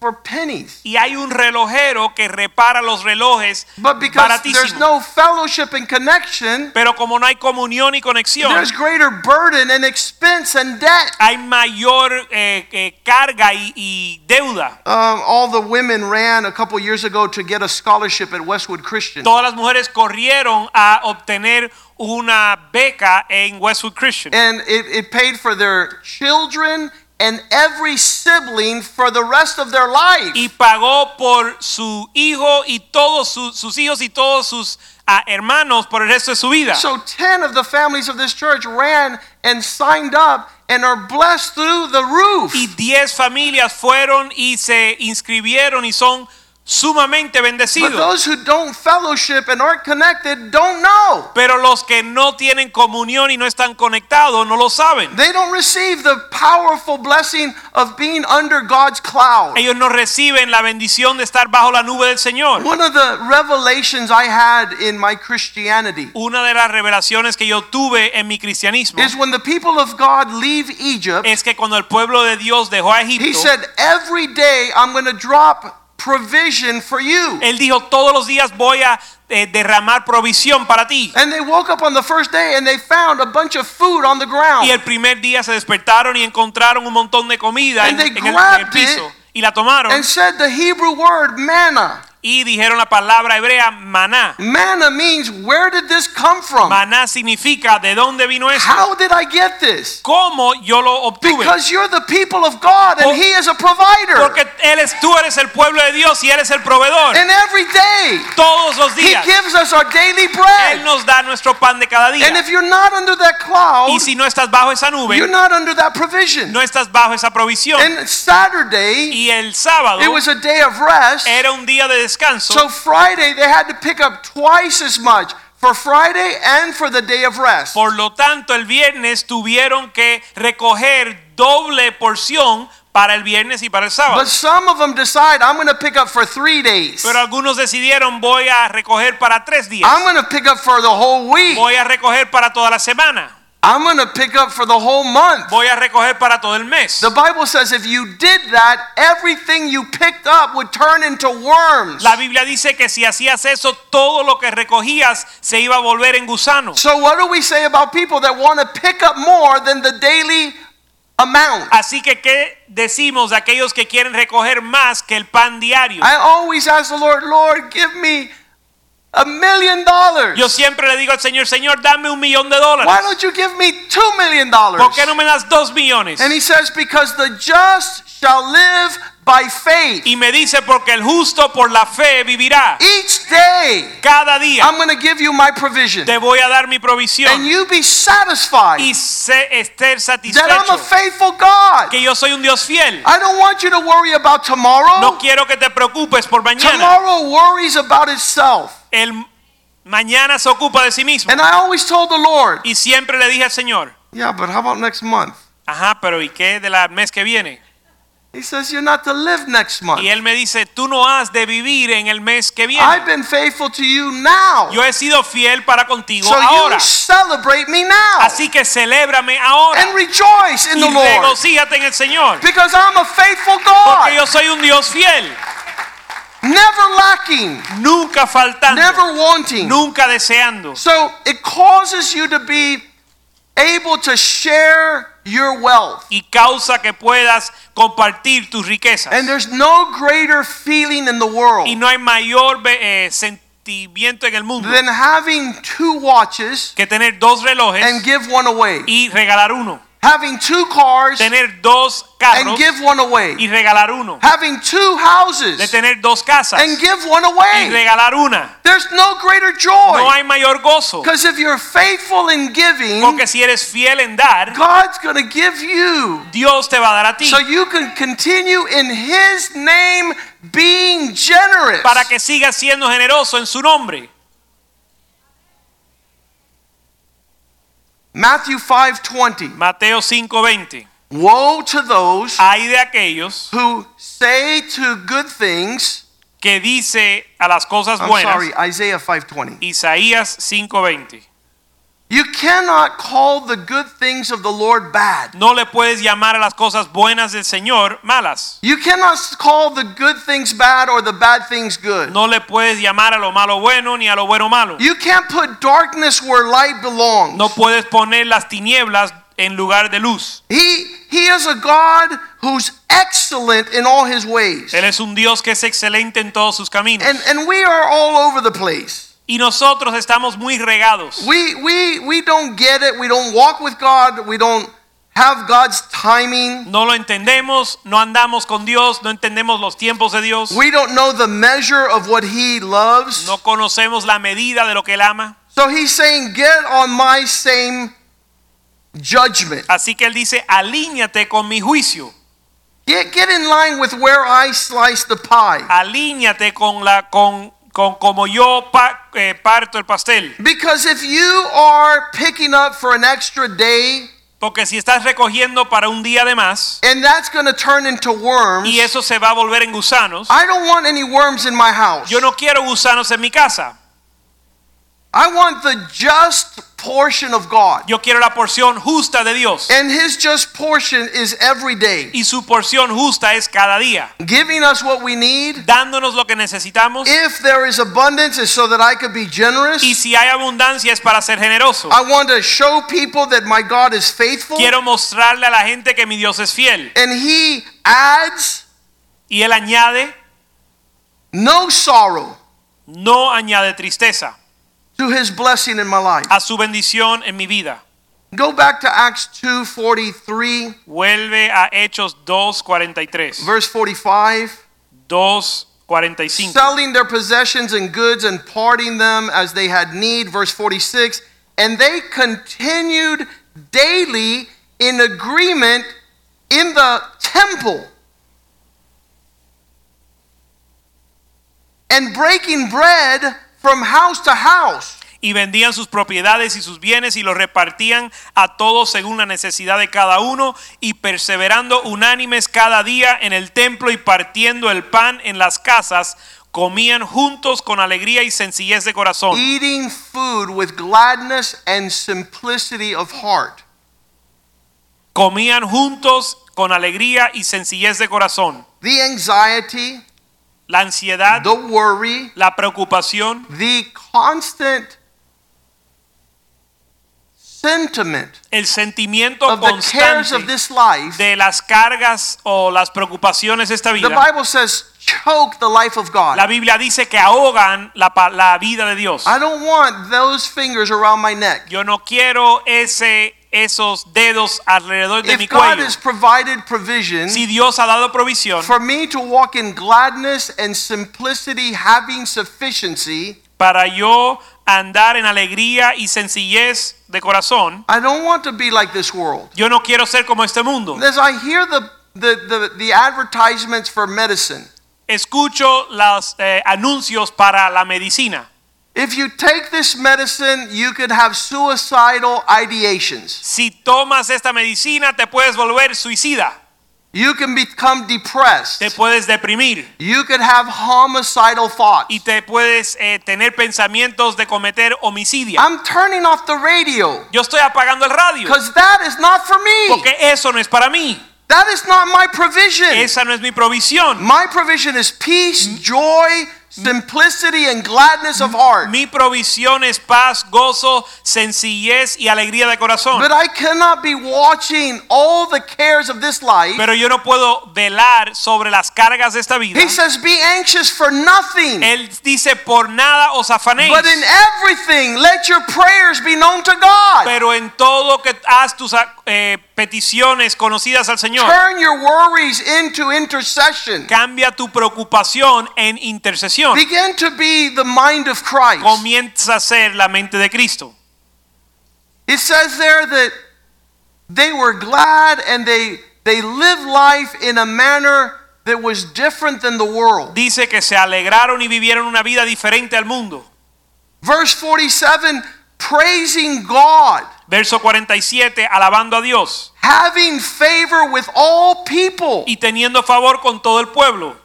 Speaker 1: for pennies.
Speaker 2: Y hay un relojero que repara los relojes
Speaker 1: But because there's
Speaker 2: baratísimos.
Speaker 1: no fellowship and connection,
Speaker 2: Pero como no hay comunión y conexión,
Speaker 1: there's greater burden and expense and debt.
Speaker 2: hay mayor eh, eh, carga y, y deuda.
Speaker 1: Um, all the women ran a couple years ago to get a scholarship at Westwood Christian.
Speaker 2: Todas las mujeres corrieron a obtener una beca en Westwood Christian.
Speaker 1: And it, it paid for their children and every sibling for the rest of their life.
Speaker 2: y pagó por su hijo y todos su- sus hijos y todos sus ah, hermanos por el resto de su vida.
Speaker 1: So 10 of the families of this church ran and signed up and are blessed through the roof.
Speaker 2: y diez familias fueron y se inscribieron y son sumamente
Speaker 1: But
Speaker 2: bendecidos.
Speaker 1: those who don't fellowship and aren't connected don't know.
Speaker 2: Pero los que no tienen comunión y no están conectados no lo saben.
Speaker 1: They don't receive the powerful blessing of being under God's cloud.
Speaker 2: Ellos no reciben la bendición de estar bajo la nube del Señor.
Speaker 1: One of the revelations I had in my Christianity
Speaker 2: Una de las revelaciones que yo tuve en mi cristianismo
Speaker 1: is when the people of God leave Egypt,
Speaker 2: es que cuando el pueblo de Dios dejó a
Speaker 1: He
Speaker 2: Egipto,
Speaker 1: said, Every day I'm going to drop provision for you.
Speaker 2: Él dijo, todos los días voy a eh, derramar provisión para ti.
Speaker 1: And they woke up on the first day and they found a bunch of food on the
Speaker 2: Y
Speaker 1: ground.
Speaker 2: el primer día se despertaron y encontraron un montón de comida en,
Speaker 1: And they
Speaker 2: en el,
Speaker 1: grabbed
Speaker 2: en el piso.
Speaker 1: it
Speaker 2: Y la tomaron
Speaker 1: and said the Hebrew word manna.
Speaker 2: y dijeron la palabra hebrea maná.
Speaker 1: Manna means where did this come from?
Speaker 2: Maná significa de dónde vino esto.
Speaker 1: How did I get this?
Speaker 2: ¿Cómo yo lo obtuve?
Speaker 1: Because you're the people of God and
Speaker 2: Por-
Speaker 1: He is a provider.
Speaker 2: Porque él es, tú eres el pueblo de Dios y eres el proveedor.
Speaker 1: And every day
Speaker 2: Todos los
Speaker 1: He
Speaker 2: días
Speaker 1: gives us our daily
Speaker 2: Él
Speaker 1: bread.
Speaker 2: nos da nuestro pan de cada
Speaker 1: And
Speaker 2: día.
Speaker 1: if you're not under that cloud,
Speaker 2: Y si no estás bajo esa nube,
Speaker 1: you're not under that provision.
Speaker 2: no estás bajo esa provisión.
Speaker 1: And Saturday,
Speaker 2: Y el sábado
Speaker 1: it was a day of rest.
Speaker 2: era un día de descanso.
Speaker 1: So Friday, they had to pick up twice as much for Friday and for the day of rest.
Speaker 2: Por lo tanto, el viernes tuvieron que recoger doble porción para el viernes y para el sábado.
Speaker 1: But some of them decide, I'm going to pick up for three days.
Speaker 2: Pero algunos decidieron voy a recoger para tres días,
Speaker 1: I'm going to pick up for the whole week.
Speaker 2: voy a recoger para toda la semana,
Speaker 1: I'm going to pick up for the whole month.
Speaker 2: voy a recoger para todo el mes.
Speaker 1: The Bible says if you did that, everything you picked up would turn into worms.
Speaker 2: La Biblia dice que si hacías eso, todo lo que recogías se iba a volver en gusano.
Speaker 1: So, what do we say about people that want to pick up more than the daily amount?
Speaker 2: Así que, ¿qué decimos de aquellos que quieren recoger más que el pan diario?
Speaker 1: I always ask the Lord, Lord, give me a million dollars.
Speaker 2: Yo siempre le digo al Señor, Señor, dame un millón de dólares.
Speaker 1: Why don't you give me two million dollars?
Speaker 2: ¿Por qué no me das dos millones?
Speaker 1: And he says, Because the just shall live by faith.
Speaker 2: Y me dice, porque el justo por la fe vivirá.
Speaker 1: Each day,
Speaker 2: Cada día
Speaker 1: I'm going to give you my provision.
Speaker 2: te voy a dar mi
Speaker 1: And
Speaker 2: provisión
Speaker 1: you be satisfied
Speaker 2: y sé
Speaker 1: that
Speaker 2: estar
Speaker 1: I'm a
Speaker 2: satisfecho
Speaker 1: faithful God.
Speaker 2: que yo soy un Dios fiel.
Speaker 1: I don't want you to worry about tomorrow.
Speaker 2: No quiero que te preocupes por mañana.
Speaker 1: Tomorrow worries about itself.
Speaker 2: El mañana se ocupa de sí mismo.
Speaker 1: And I always told the Lord,
Speaker 2: Y siempre le dije al Señor,
Speaker 1: Yeah, but how about next month?
Speaker 2: ajá, pero ¿y qué del mes que viene?
Speaker 1: He says, You're not to live next month.
Speaker 2: Y él me dice, tú no has de vivir en el mes que viene.
Speaker 1: I've been faithful to you now.
Speaker 2: Yo he sido fiel para contigo
Speaker 1: So
Speaker 2: ahora.
Speaker 1: you celebrate me now.
Speaker 2: Así que celébrame ahora
Speaker 1: and rejoice in
Speaker 2: y
Speaker 1: the Lord.
Speaker 2: regocíjate en el Señor.
Speaker 1: Because I'm a faithful
Speaker 2: Porque
Speaker 1: God,
Speaker 2: yo soy un Dios fiel,
Speaker 1: never lacking,
Speaker 2: nunca faltando,
Speaker 1: never wanting.
Speaker 2: nunca deseando.
Speaker 1: So it causes you to be able to share your wealth.
Speaker 2: y causa que puedas compartir tus riquezas.
Speaker 1: And there's no greater feeling in the world
Speaker 2: Y no hay mayor be- eh, sentimiento en el mundo
Speaker 1: than having two watches
Speaker 2: que tener dos relojes
Speaker 1: and give one away,
Speaker 2: y regalar uno.
Speaker 1: having two cars
Speaker 2: Tener dos
Speaker 1: and
Speaker 2: carros
Speaker 1: give one away,
Speaker 2: y regalar uno.
Speaker 1: having two
Speaker 2: De
Speaker 1: houses
Speaker 2: tener dos casas
Speaker 1: and give one
Speaker 2: y
Speaker 1: away.
Speaker 2: regalar una.
Speaker 1: There's no greater
Speaker 2: No
Speaker 1: joy
Speaker 2: hay mayor gozo.
Speaker 1: because if you're faithful in giving,
Speaker 2: Porque si eres fiel en dar,
Speaker 1: God's going to give you
Speaker 2: Dios te va a dar a ti.
Speaker 1: so you can continue in His name being generous.
Speaker 2: Para que sigas siendo generoso en su nombre.
Speaker 1: Matthew 5:20.
Speaker 2: Mateo 5:20.
Speaker 1: Woe to those
Speaker 2: Hay de aquellos
Speaker 1: who say to good things.
Speaker 2: que dice a las cosas
Speaker 1: I'm
Speaker 2: buenas.
Speaker 1: sorry, Isaiah 5:20.
Speaker 2: Isaías 5:20.
Speaker 1: You cannot call the good things of the Lord bad.
Speaker 2: No le puedes llamar a las cosas buenas del Señor malas.
Speaker 1: You cannot call the good things bad or the bad things good.
Speaker 2: No le puedes llamar a lo malo bueno ni a lo bueno malo.
Speaker 1: You can't put darkness where light belongs.
Speaker 2: No puedes poner las tinieblas en lugar de luz.
Speaker 1: He he is a God who's excellent in all his ways.
Speaker 2: Él es un Dios que es excelente en todos sus caminos.
Speaker 1: And and we are all over the place.
Speaker 2: y nosotros estamos muy regados.
Speaker 1: We we we don't get it. We don't walk with God. We don't have God's timing.
Speaker 2: No lo entendemos, no andamos con Dios, no entendemos los tiempos de Dios,
Speaker 1: We don't know the measure of what he loves.
Speaker 2: no conocemos la medida de lo que Él ama.
Speaker 1: So he's saying, "Get on my same judgment.
Speaker 2: Así que Él dice, alíñate con mi juicio,
Speaker 1: Get get in line with where I slice the pie."
Speaker 2: alíñate con, la, con, con como yo pa- eh, parto el pastel.
Speaker 1: Because if you are picking up for an extra day,
Speaker 2: Porque si estás recogiendo para un día de más,
Speaker 1: and that's going to turn into worms,
Speaker 2: y eso se va a volver en gusanos,
Speaker 1: I don't want any worms in my house.
Speaker 2: yo no quiero gusanos en mi casa.
Speaker 1: I want the just portion of God.
Speaker 2: Yo quiero la porción justa de Dios.
Speaker 1: And his just portion is every day,
Speaker 2: Y su porción justa es cada día,
Speaker 1: giving us what we need.
Speaker 2: dándonos lo que necesitamos.
Speaker 1: If there is abundance, it's so that I could be generous.
Speaker 2: Y si hay abundancia es para ser generoso.
Speaker 1: I want to show people that my God is faithful.
Speaker 2: Quiero mostrarle a la gente que mi Dios es fiel.
Speaker 1: And he adds
Speaker 2: Y él añade,
Speaker 1: no sorrow
Speaker 2: no añade tristeza
Speaker 1: to his blessing in my life.
Speaker 2: a su bendición en mi vida.
Speaker 1: Go back to Acts 2:43,
Speaker 2: Vuelve a Hechos 2.43.
Speaker 1: verse 45.
Speaker 2: 2.45.
Speaker 1: selling their possessions and goods and parting them as they had need. Verse 46 And they continued daily in agreement in the temple and breaking bread from house to house.
Speaker 2: Y vendían sus propiedades y sus bienes y los repartían a todos según la necesidad de cada uno y perseverando unánimes cada día en el templo y partiendo el pan en las casas, comían juntos con alegría y sencillez de corazón.
Speaker 1: Eating food with gladness and simplicity of heart.
Speaker 2: comían juntos con alegría y sencillez de corazón.
Speaker 1: The anxiety,
Speaker 2: La ansiedad,
Speaker 1: the worry,
Speaker 2: la preocupación,
Speaker 1: the constant sentiment
Speaker 2: el sentimiento
Speaker 1: of the cares of
Speaker 2: constante
Speaker 1: this life,
Speaker 2: de las cargas o las preocupaciones de esta
Speaker 1: the
Speaker 2: vida.
Speaker 1: Bible says, choke the life of
Speaker 2: La
Speaker 1: God.
Speaker 2: Biblia dice que ahogan la, pa- la vida de Dios.
Speaker 1: I don't want those fingers around my neck.
Speaker 2: Yo no quiero ese, esos dedos alrededor de mi
Speaker 1: If God
Speaker 2: cuello.
Speaker 1: has provided provision
Speaker 2: Si Dios ha dado provisión
Speaker 1: for me to walk in gladness and simplicity, having sufficiency,
Speaker 2: para yo andar en alegría y sencillez de corazón,
Speaker 1: I don't want to be like this world.
Speaker 2: yo no quiero ser como este mundo.
Speaker 1: As I hear the, the, the, the advertisements for medicine,
Speaker 2: escucho los anuncios para la medicina.
Speaker 1: If you take this medicine, you could have suicidal ideations.
Speaker 2: Si tomas esta medicina te puedes volver suicida,
Speaker 1: You can become depressed.
Speaker 2: te puedes deprimir
Speaker 1: You could have homicidal thoughts.
Speaker 2: y te puedes eh, tener pensamientos de cometer homicidio.
Speaker 1: I'm turning off the radio
Speaker 2: Yo estoy apagando el radio
Speaker 1: because that is not for me.
Speaker 2: porque eso no es para mí,
Speaker 1: That is not my provision.
Speaker 2: esa no es mi provisión.
Speaker 1: My provision is peace, joy, simplicity, and gladness of heart.
Speaker 2: Mi provisión es paz, gozo, sencillez y alegría de corazón.
Speaker 1: But I cannot be watching all the cares of this life.
Speaker 2: Pero yo no puedo velar sobre las cargas de esta vida.
Speaker 1: He says, Be anxious for nothing.
Speaker 2: Él dice, por nada os afanéis.
Speaker 1: But in everything, let your prayers be known to God.
Speaker 2: pero en todo que haz tus eh, peticiones conocidas al Señor,
Speaker 1: Turn your worries into intercession.
Speaker 2: cambia tu preocupación en intercesión.
Speaker 1: Begin to be the mind of Christ.
Speaker 2: Comienza a ser la mente de Cristo.
Speaker 1: It says there that they were glad and they they lived life in a manner that was different than the world.
Speaker 2: Dice que se alegraron y vivieron una vida diferente al mundo.
Speaker 1: Verse 47 praising God,
Speaker 2: Verso 47, alabando a Dios
Speaker 1: having favor with all people.
Speaker 2: y teniendo favor con todo el pueblo.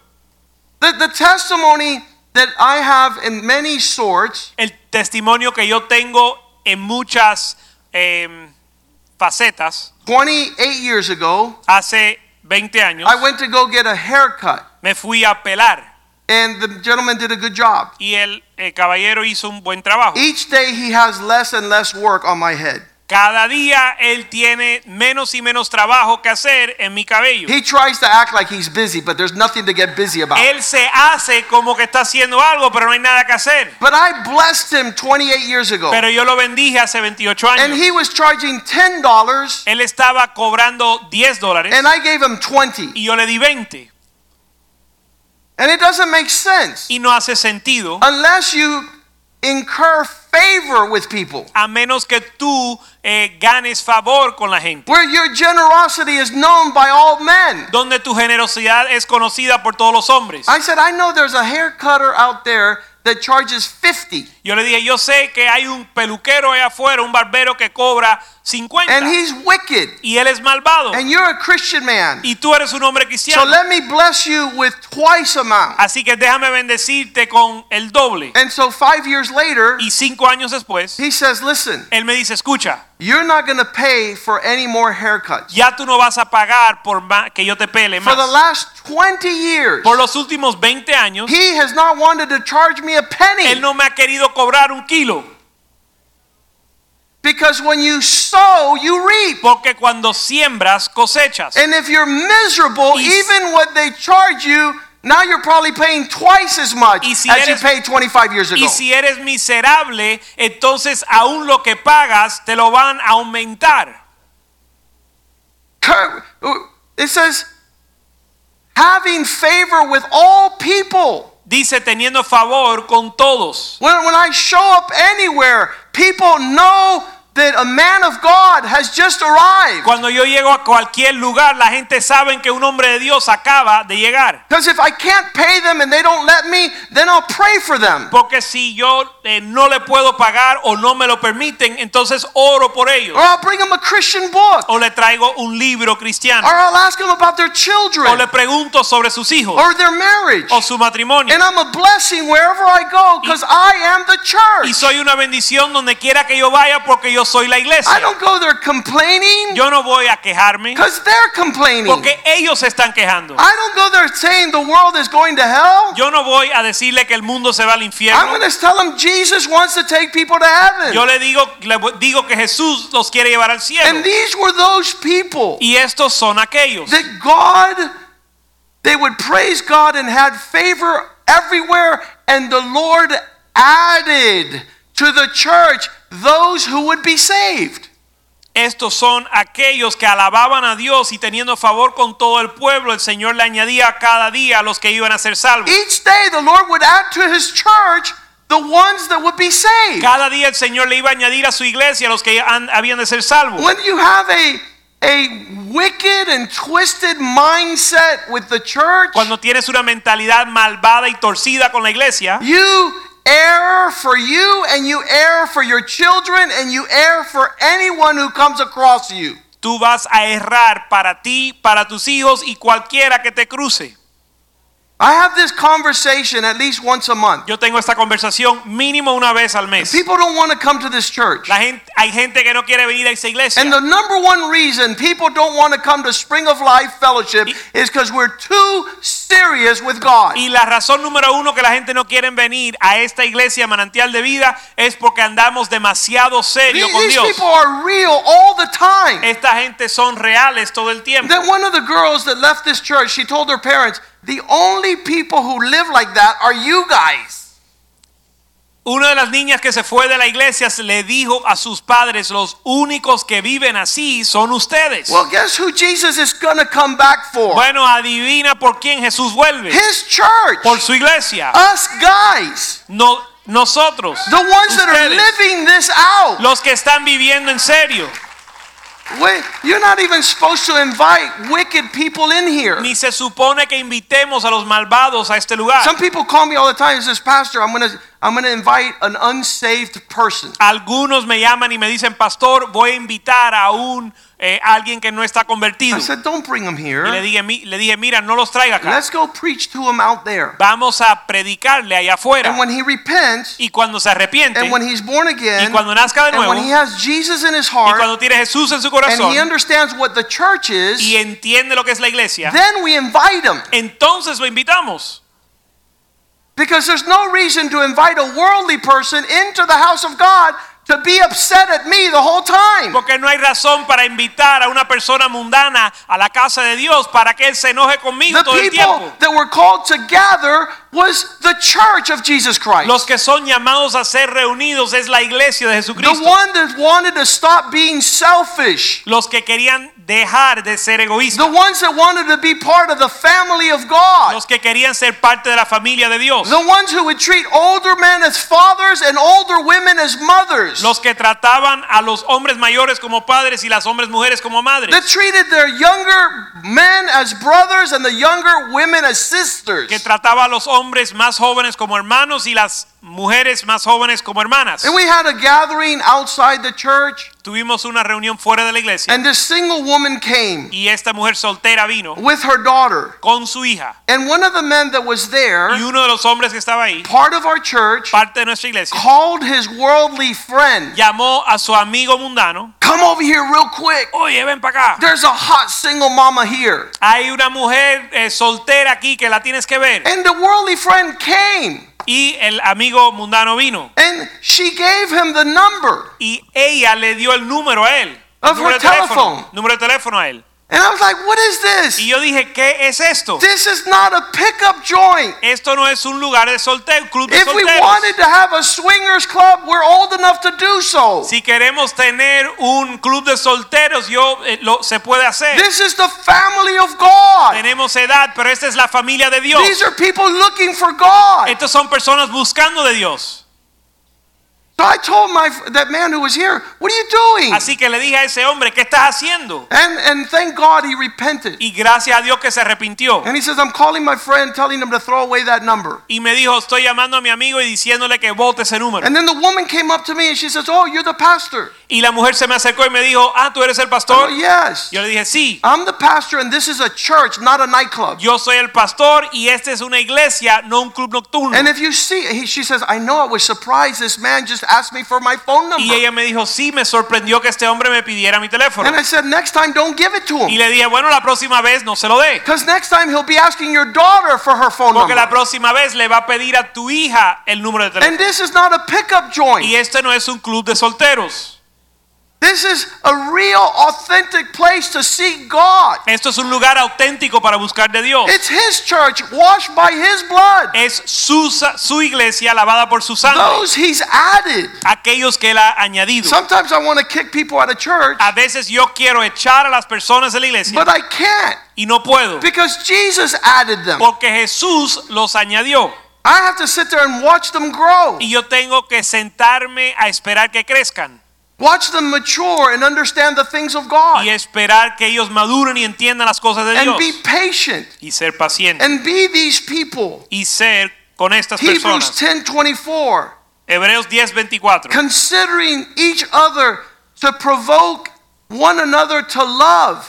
Speaker 1: The, the testimony that I have in many sorts
Speaker 2: El testimonio que yo tengo en muchas eh, facetas.
Speaker 1: 28 years ago,
Speaker 2: Hace 20 años
Speaker 1: I went to go get a haircut,
Speaker 2: me fui a pelar
Speaker 1: and the gentleman did a good job.
Speaker 2: y el eh, caballero hizo un buen trabajo.
Speaker 1: Each day he has less and less work on my head.
Speaker 2: Cada día él tiene menos y menos trabajo que hacer en mi cabello.
Speaker 1: He tries to act like he's busy, but there's nothing to get busy about.
Speaker 2: Él se hace como que está haciendo algo, pero no hay nada que hacer.
Speaker 1: But I blessed him 28 years ago,
Speaker 2: Pero yo lo bendije hace 28
Speaker 1: and
Speaker 2: años.
Speaker 1: he was charging $10,
Speaker 2: Él estaba cobrando 10 dólares
Speaker 1: and I gave him 20.
Speaker 2: y yo le di 20.
Speaker 1: And it doesn't make sense
Speaker 2: Y no hace sentido
Speaker 1: unless you incur favor with people.
Speaker 2: a menos que tú eh, ganes favor con la gente.
Speaker 1: Where your generosity is known by all men.
Speaker 2: Donde tu generosidad es conocida por todos los hombres.
Speaker 1: I said, I know there's a hair cutter out there that charges 50.
Speaker 2: Yo le dije, yo sé que hay un peluquero allá afuera, un barbero que cobra 50.
Speaker 1: And he's wicked.
Speaker 2: Y él es malvado.
Speaker 1: And you're a Christian man.
Speaker 2: Y tú eres un hombre
Speaker 1: So
Speaker 2: cristiano.
Speaker 1: let me bless you with twice amount.
Speaker 2: Así que déjame bendecirte con el doble.
Speaker 1: And so five years later,
Speaker 2: Y cinco años después,
Speaker 1: he says, Listen,
Speaker 2: él me dice, escucha,
Speaker 1: you're not going to pay for any more haircuts.
Speaker 2: ya tú no vas a pagar por ma- que yo te pele
Speaker 1: For the
Speaker 2: más.
Speaker 1: last 20 years,
Speaker 2: Por los últimos 20 años,
Speaker 1: he has not wanted to charge me a
Speaker 2: él
Speaker 1: penny.
Speaker 2: no me ha querido cobrar un kilo.
Speaker 1: Because when you sow, you reap.
Speaker 2: Porque cuando siembras, cosechas.
Speaker 1: And if you're miserable,
Speaker 2: Y-
Speaker 1: even what they charge you, now you're probably paying twice as much
Speaker 2: Y si
Speaker 1: as you
Speaker 2: eres-
Speaker 1: paid 25 years ago.
Speaker 2: Y si eres miserable, entonces aún lo que pagas te lo van a aumentar.
Speaker 1: Cur- uh, It says, having favor with all people.
Speaker 2: Dice teniendo favor con todos.
Speaker 1: When, when I show up anywhere, people know that a man of God has just arrived.
Speaker 2: Cuando yo llego a cualquier lugar, la gente sabe que un hombre de Dios acaba de llegar.
Speaker 1: Because if I can't pay them and they don't let me, then I'll pray for them.
Speaker 2: Porque si yo eh, no le puedo pagar o no me lo permiten, entonces oro por ellos.
Speaker 1: Or I'll bring them a Christian book. Or
Speaker 2: O le traigo un libro cristiano.
Speaker 1: I'll ask them about their
Speaker 2: O le
Speaker 1: children
Speaker 2: pregunto sobre sus hijos
Speaker 1: or their marriage.
Speaker 2: o su matrimonio.
Speaker 1: And I'm a blessing wherever I go because I am the
Speaker 2: Y
Speaker 1: church.
Speaker 2: soy una bendición donde quiera que yo vaya porque yo soy la
Speaker 1: I
Speaker 2: iglesia.
Speaker 1: don't go there complaining
Speaker 2: Yo no voy a quejarme
Speaker 1: because they're complaining.
Speaker 2: porque ellos se están quejando.
Speaker 1: I don't go there saying the world is going to hell.
Speaker 2: Yo no voy a decirle que el mundo se va al infierno.
Speaker 1: I'm going to tell them Jesus wants to take people to heaven.
Speaker 2: Yo le digo, le digo que Jesús los quiere llevar al cielo.
Speaker 1: And these were those people
Speaker 2: Y estos son aquellos
Speaker 1: that God, they would praise God and had favor everywhere. And the Lord added to the church those who would be saved.
Speaker 2: Estos son aquellos que alababan a Dios y teniendo favor con todo el pueblo, el Señor le añadía cada día a los que iban a ser salvos.
Speaker 1: Each day the Lord would add to his church the ones that would be saved.
Speaker 2: Cada día el Señor le iba a añadir a su iglesia a los que han- habían de ser salvos.
Speaker 1: When you have a, a wicked and twisted mindset with the church,
Speaker 2: Cuando tienes una mentalidad malvada y torcida con la iglesia,
Speaker 1: You err for you, and you err for your children, and you err for anyone who comes across you.
Speaker 2: tú vas a errar para ti, para tus hijos y cualquiera que te cruce.
Speaker 1: I have this conversation at least once a month.
Speaker 2: Yo tengo esta conversación mínimo una vez al mes.
Speaker 1: People don't want to come to this church.
Speaker 2: La gente, hay gente que no quiere venir a esa iglesia.
Speaker 1: And the number one reason people don't want to come to Spring of Life Fellowship is because we're too serious with God.
Speaker 2: Y la razón número uno que la gente no quiere venir a esta iglesia manantial de vida es porque andamos demasiado
Speaker 1: These,
Speaker 2: serio con
Speaker 1: these
Speaker 2: Dios.
Speaker 1: people are real all the time.
Speaker 2: Esta gente son reales todo el tiempo.
Speaker 1: Then one of the girls that left this church, she told her parents, the only people who live like that are you guys.
Speaker 2: Una de las niñas que se fue de la iglesia se le dijo a sus padres, los únicos que viven así son ustedes.
Speaker 1: Well, guess who Jesus is going to come back for?
Speaker 2: Bueno, adivina por quién Jesús vuelve.
Speaker 1: His church.
Speaker 2: Por su iglesia.
Speaker 1: Us guys.
Speaker 2: No, nosotros.
Speaker 1: The ones that are
Speaker 2: Ustedes.
Speaker 1: living this out.
Speaker 2: Los que están viviendo en serio.
Speaker 1: Wait, you're not even supposed to invite wicked people in here.
Speaker 2: Ni se supone que invitemos a los malvados a este lugar.
Speaker 1: Some people call me all the time and says, Pastor, I'm going to I'm going to invite an unsaved person.
Speaker 2: Algunos me llaman y me dicen, pastor, voy a invitar a un eh, alguien que no está convertido.
Speaker 1: I said, don't bring them
Speaker 2: Y le
Speaker 1: here.
Speaker 2: dije, "Mi- le dije, mira, no los traiga acá.
Speaker 1: Let's go preach to him out there.
Speaker 2: Vamos a predicarle allá afuera.
Speaker 1: And when he repents,
Speaker 2: y cuando se arrepiente,
Speaker 1: and when he's born again,
Speaker 2: y cuando nazca de
Speaker 1: and
Speaker 2: nuevo,
Speaker 1: when he has Jesus in his
Speaker 2: y
Speaker 1: heart,
Speaker 2: cuando tiene a Jesús en su
Speaker 1: and he
Speaker 2: corazón
Speaker 1: understands what the church
Speaker 2: y
Speaker 1: is,
Speaker 2: entiende lo que es la iglesia,
Speaker 1: then we invite him.
Speaker 2: entonces lo invitamos.
Speaker 1: Because there's no reason to invite a worldly person into the house of God to be upset at me the whole time.
Speaker 2: Porque no hay razón para invitar a una persona mundana a la casa de Dios para que él se enoje conmigo
Speaker 1: The
Speaker 2: todo el
Speaker 1: people
Speaker 2: tiempo.
Speaker 1: that were called to gather was the church of Jesus Christ.
Speaker 2: Los que son llamados a ser reunidos es la iglesia de
Speaker 1: The
Speaker 2: Jesucristo.
Speaker 1: one that wanted to stop being selfish.
Speaker 2: Los que querían dejar de ser
Speaker 1: The
Speaker 2: egoístas.
Speaker 1: ones that wanted to be part of the family of God.
Speaker 2: Los que querían ser parte de la familia de Dios.
Speaker 1: The ones who would treat older men as fathers and older women as mothers.
Speaker 2: Los que trataban a los hombres mayores como padres y las hombres mujeres como
Speaker 1: That
Speaker 2: madres.
Speaker 1: treated their younger men as brothers and the younger women as sisters.
Speaker 2: Que trataba a los hombres más jóvenes como hermanos y las mujeres más jóvenes como hermanas.
Speaker 1: And we had a gathering outside the church,
Speaker 2: Tuvimos una reunión fuera de la iglesia
Speaker 1: and this single woman came
Speaker 2: y esta mujer soltera vino
Speaker 1: with her daughter.
Speaker 2: con su hija.
Speaker 1: And one of the men that was
Speaker 2: Y
Speaker 1: there,
Speaker 2: uno de los hombres que estaba ahí,
Speaker 1: part of our church,
Speaker 2: parte de nuestra iglesia,
Speaker 1: called his worldly friend.
Speaker 2: llamó a su amigo mundano.
Speaker 1: Come over here real quick.
Speaker 2: Oye, ven para acá.
Speaker 1: There's a hot single mama here.
Speaker 2: Hay una mujer eh, soltera aquí que la tienes que ver.
Speaker 1: And the worldly friend came,
Speaker 2: Y el amigo mundano vino.
Speaker 1: and she gave him the number.
Speaker 2: Y ella le dio el número a él.
Speaker 1: Of
Speaker 2: número
Speaker 1: her
Speaker 2: de teléfono.
Speaker 1: telephone.
Speaker 2: Número de teléfono a él.
Speaker 1: And I was like, what is
Speaker 2: Y
Speaker 1: this?
Speaker 2: yo dije, ¿qué es esto?
Speaker 1: This is not a pickup joint.
Speaker 2: Esto no es un lugar de soltero, club de
Speaker 1: If we
Speaker 2: solteros.
Speaker 1: wanted to have a swingers club, we're old enough to do so.
Speaker 2: Si queremos tener un club de solteros, yo eh, lo, se puede hacer.
Speaker 1: This is the family of God.
Speaker 2: Tenemos edad, pero esta es la familia de Dios.
Speaker 1: These are people looking for God.
Speaker 2: Estas son personas buscando de Dios.
Speaker 1: So I told my that man who was here, "What are you doing?"
Speaker 2: Así que le dije a ese hombre, ¿qué estás haciendo?
Speaker 1: And and thank God he repented.
Speaker 2: Y gracias a Dios que se arrepintió.
Speaker 1: And he says, "I'm calling my friend, telling him to throw away that number."
Speaker 2: Y me dijo, estoy llamando a mi amigo y diciéndole que vote ese número.
Speaker 1: And then the woman came up to me and she says, "Oh, you're the pastor."
Speaker 2: Y la mujer se me acercó y me dijo, ah, tú eres el
Speaker 1: Oh,
Speaker 2: pastor.
Speaker 1: yes.
Speaker 2: Yo le dije, sí,
Speaker 1: I'm the pastor, and this is a church, not a nightclub.
Speaker 2: yo soy el pastor y esta es una iglesia, no un club nocturno.
Speaker 1: And if you see, he, she says, "I know. I was surprised. This man just asked me for my phone
Speaker 2: Y
Speaker 1: number."
Speaker 2: ella me dijo, sí, me sorprendió que este hombre me pidiera mi teléfono.
Speaker 1: And I said, "Next time, don't give it to
Speaker 2: Y
Speaker 1: him,
Speaker 2: le dije, bueno, la próxima vez no se lo dé.
Speaker 1: because next time he'll be asking your daughter for her phone
Speaker 2: Porque la
Speaker 1: number."
Speaker 2: próxima vez le va a pedir a tu hija el número de teléfono.
Speaker 1: And this is not a pickup joint.
Speaker 2: Y este no es un club de solteros.
Speaker 1: This is a real, authentic place to seek God.
Speaker 2: Esto es un lugar auténtico para buscar de Dios.
Speaker 1: It's His church, washed by His blood.
Speaker 2: Es su, sa- su iglesia lavada por su sangre.
Speaker 1: Those He's added.
Speaker 2: Aquellos que él ha añadido.
Speaker 1: Sometimes I want to kick people out of church,
Speaker 2: A veces yo quiero echar a las personas de la iglesia
Speaker 1: but I can't
Speaker 2: y no puedo.
Speaker 1: because Jesus added them.
Speaker 2: Porque Jesús los añadió.
Speaker 1: I have to sit there and watch them grow,
Speaker 2: Y yo tengo que sentarme a esperar que crezcan.
Speaker 1: watch them mature and understand the things of
Speaker 2: Y
Speaker 1: God,
Speaker 2: esperar que ellos maduren y entiendan las cosas de
Speaker 1: and
Speaker 2: Dios.
Speaker 1: be patient
Speaker 2: Y ser paciente.
Speaker 1: and be these people.
Speaker 2: Y ser con estas
Speaker 1: Hebrews
Speaker 2: personas.
Speaker 1: 10 24.
Speaker 2: Hebreos 10:24.
Speaker 1: Considering each other to provoke one another to love.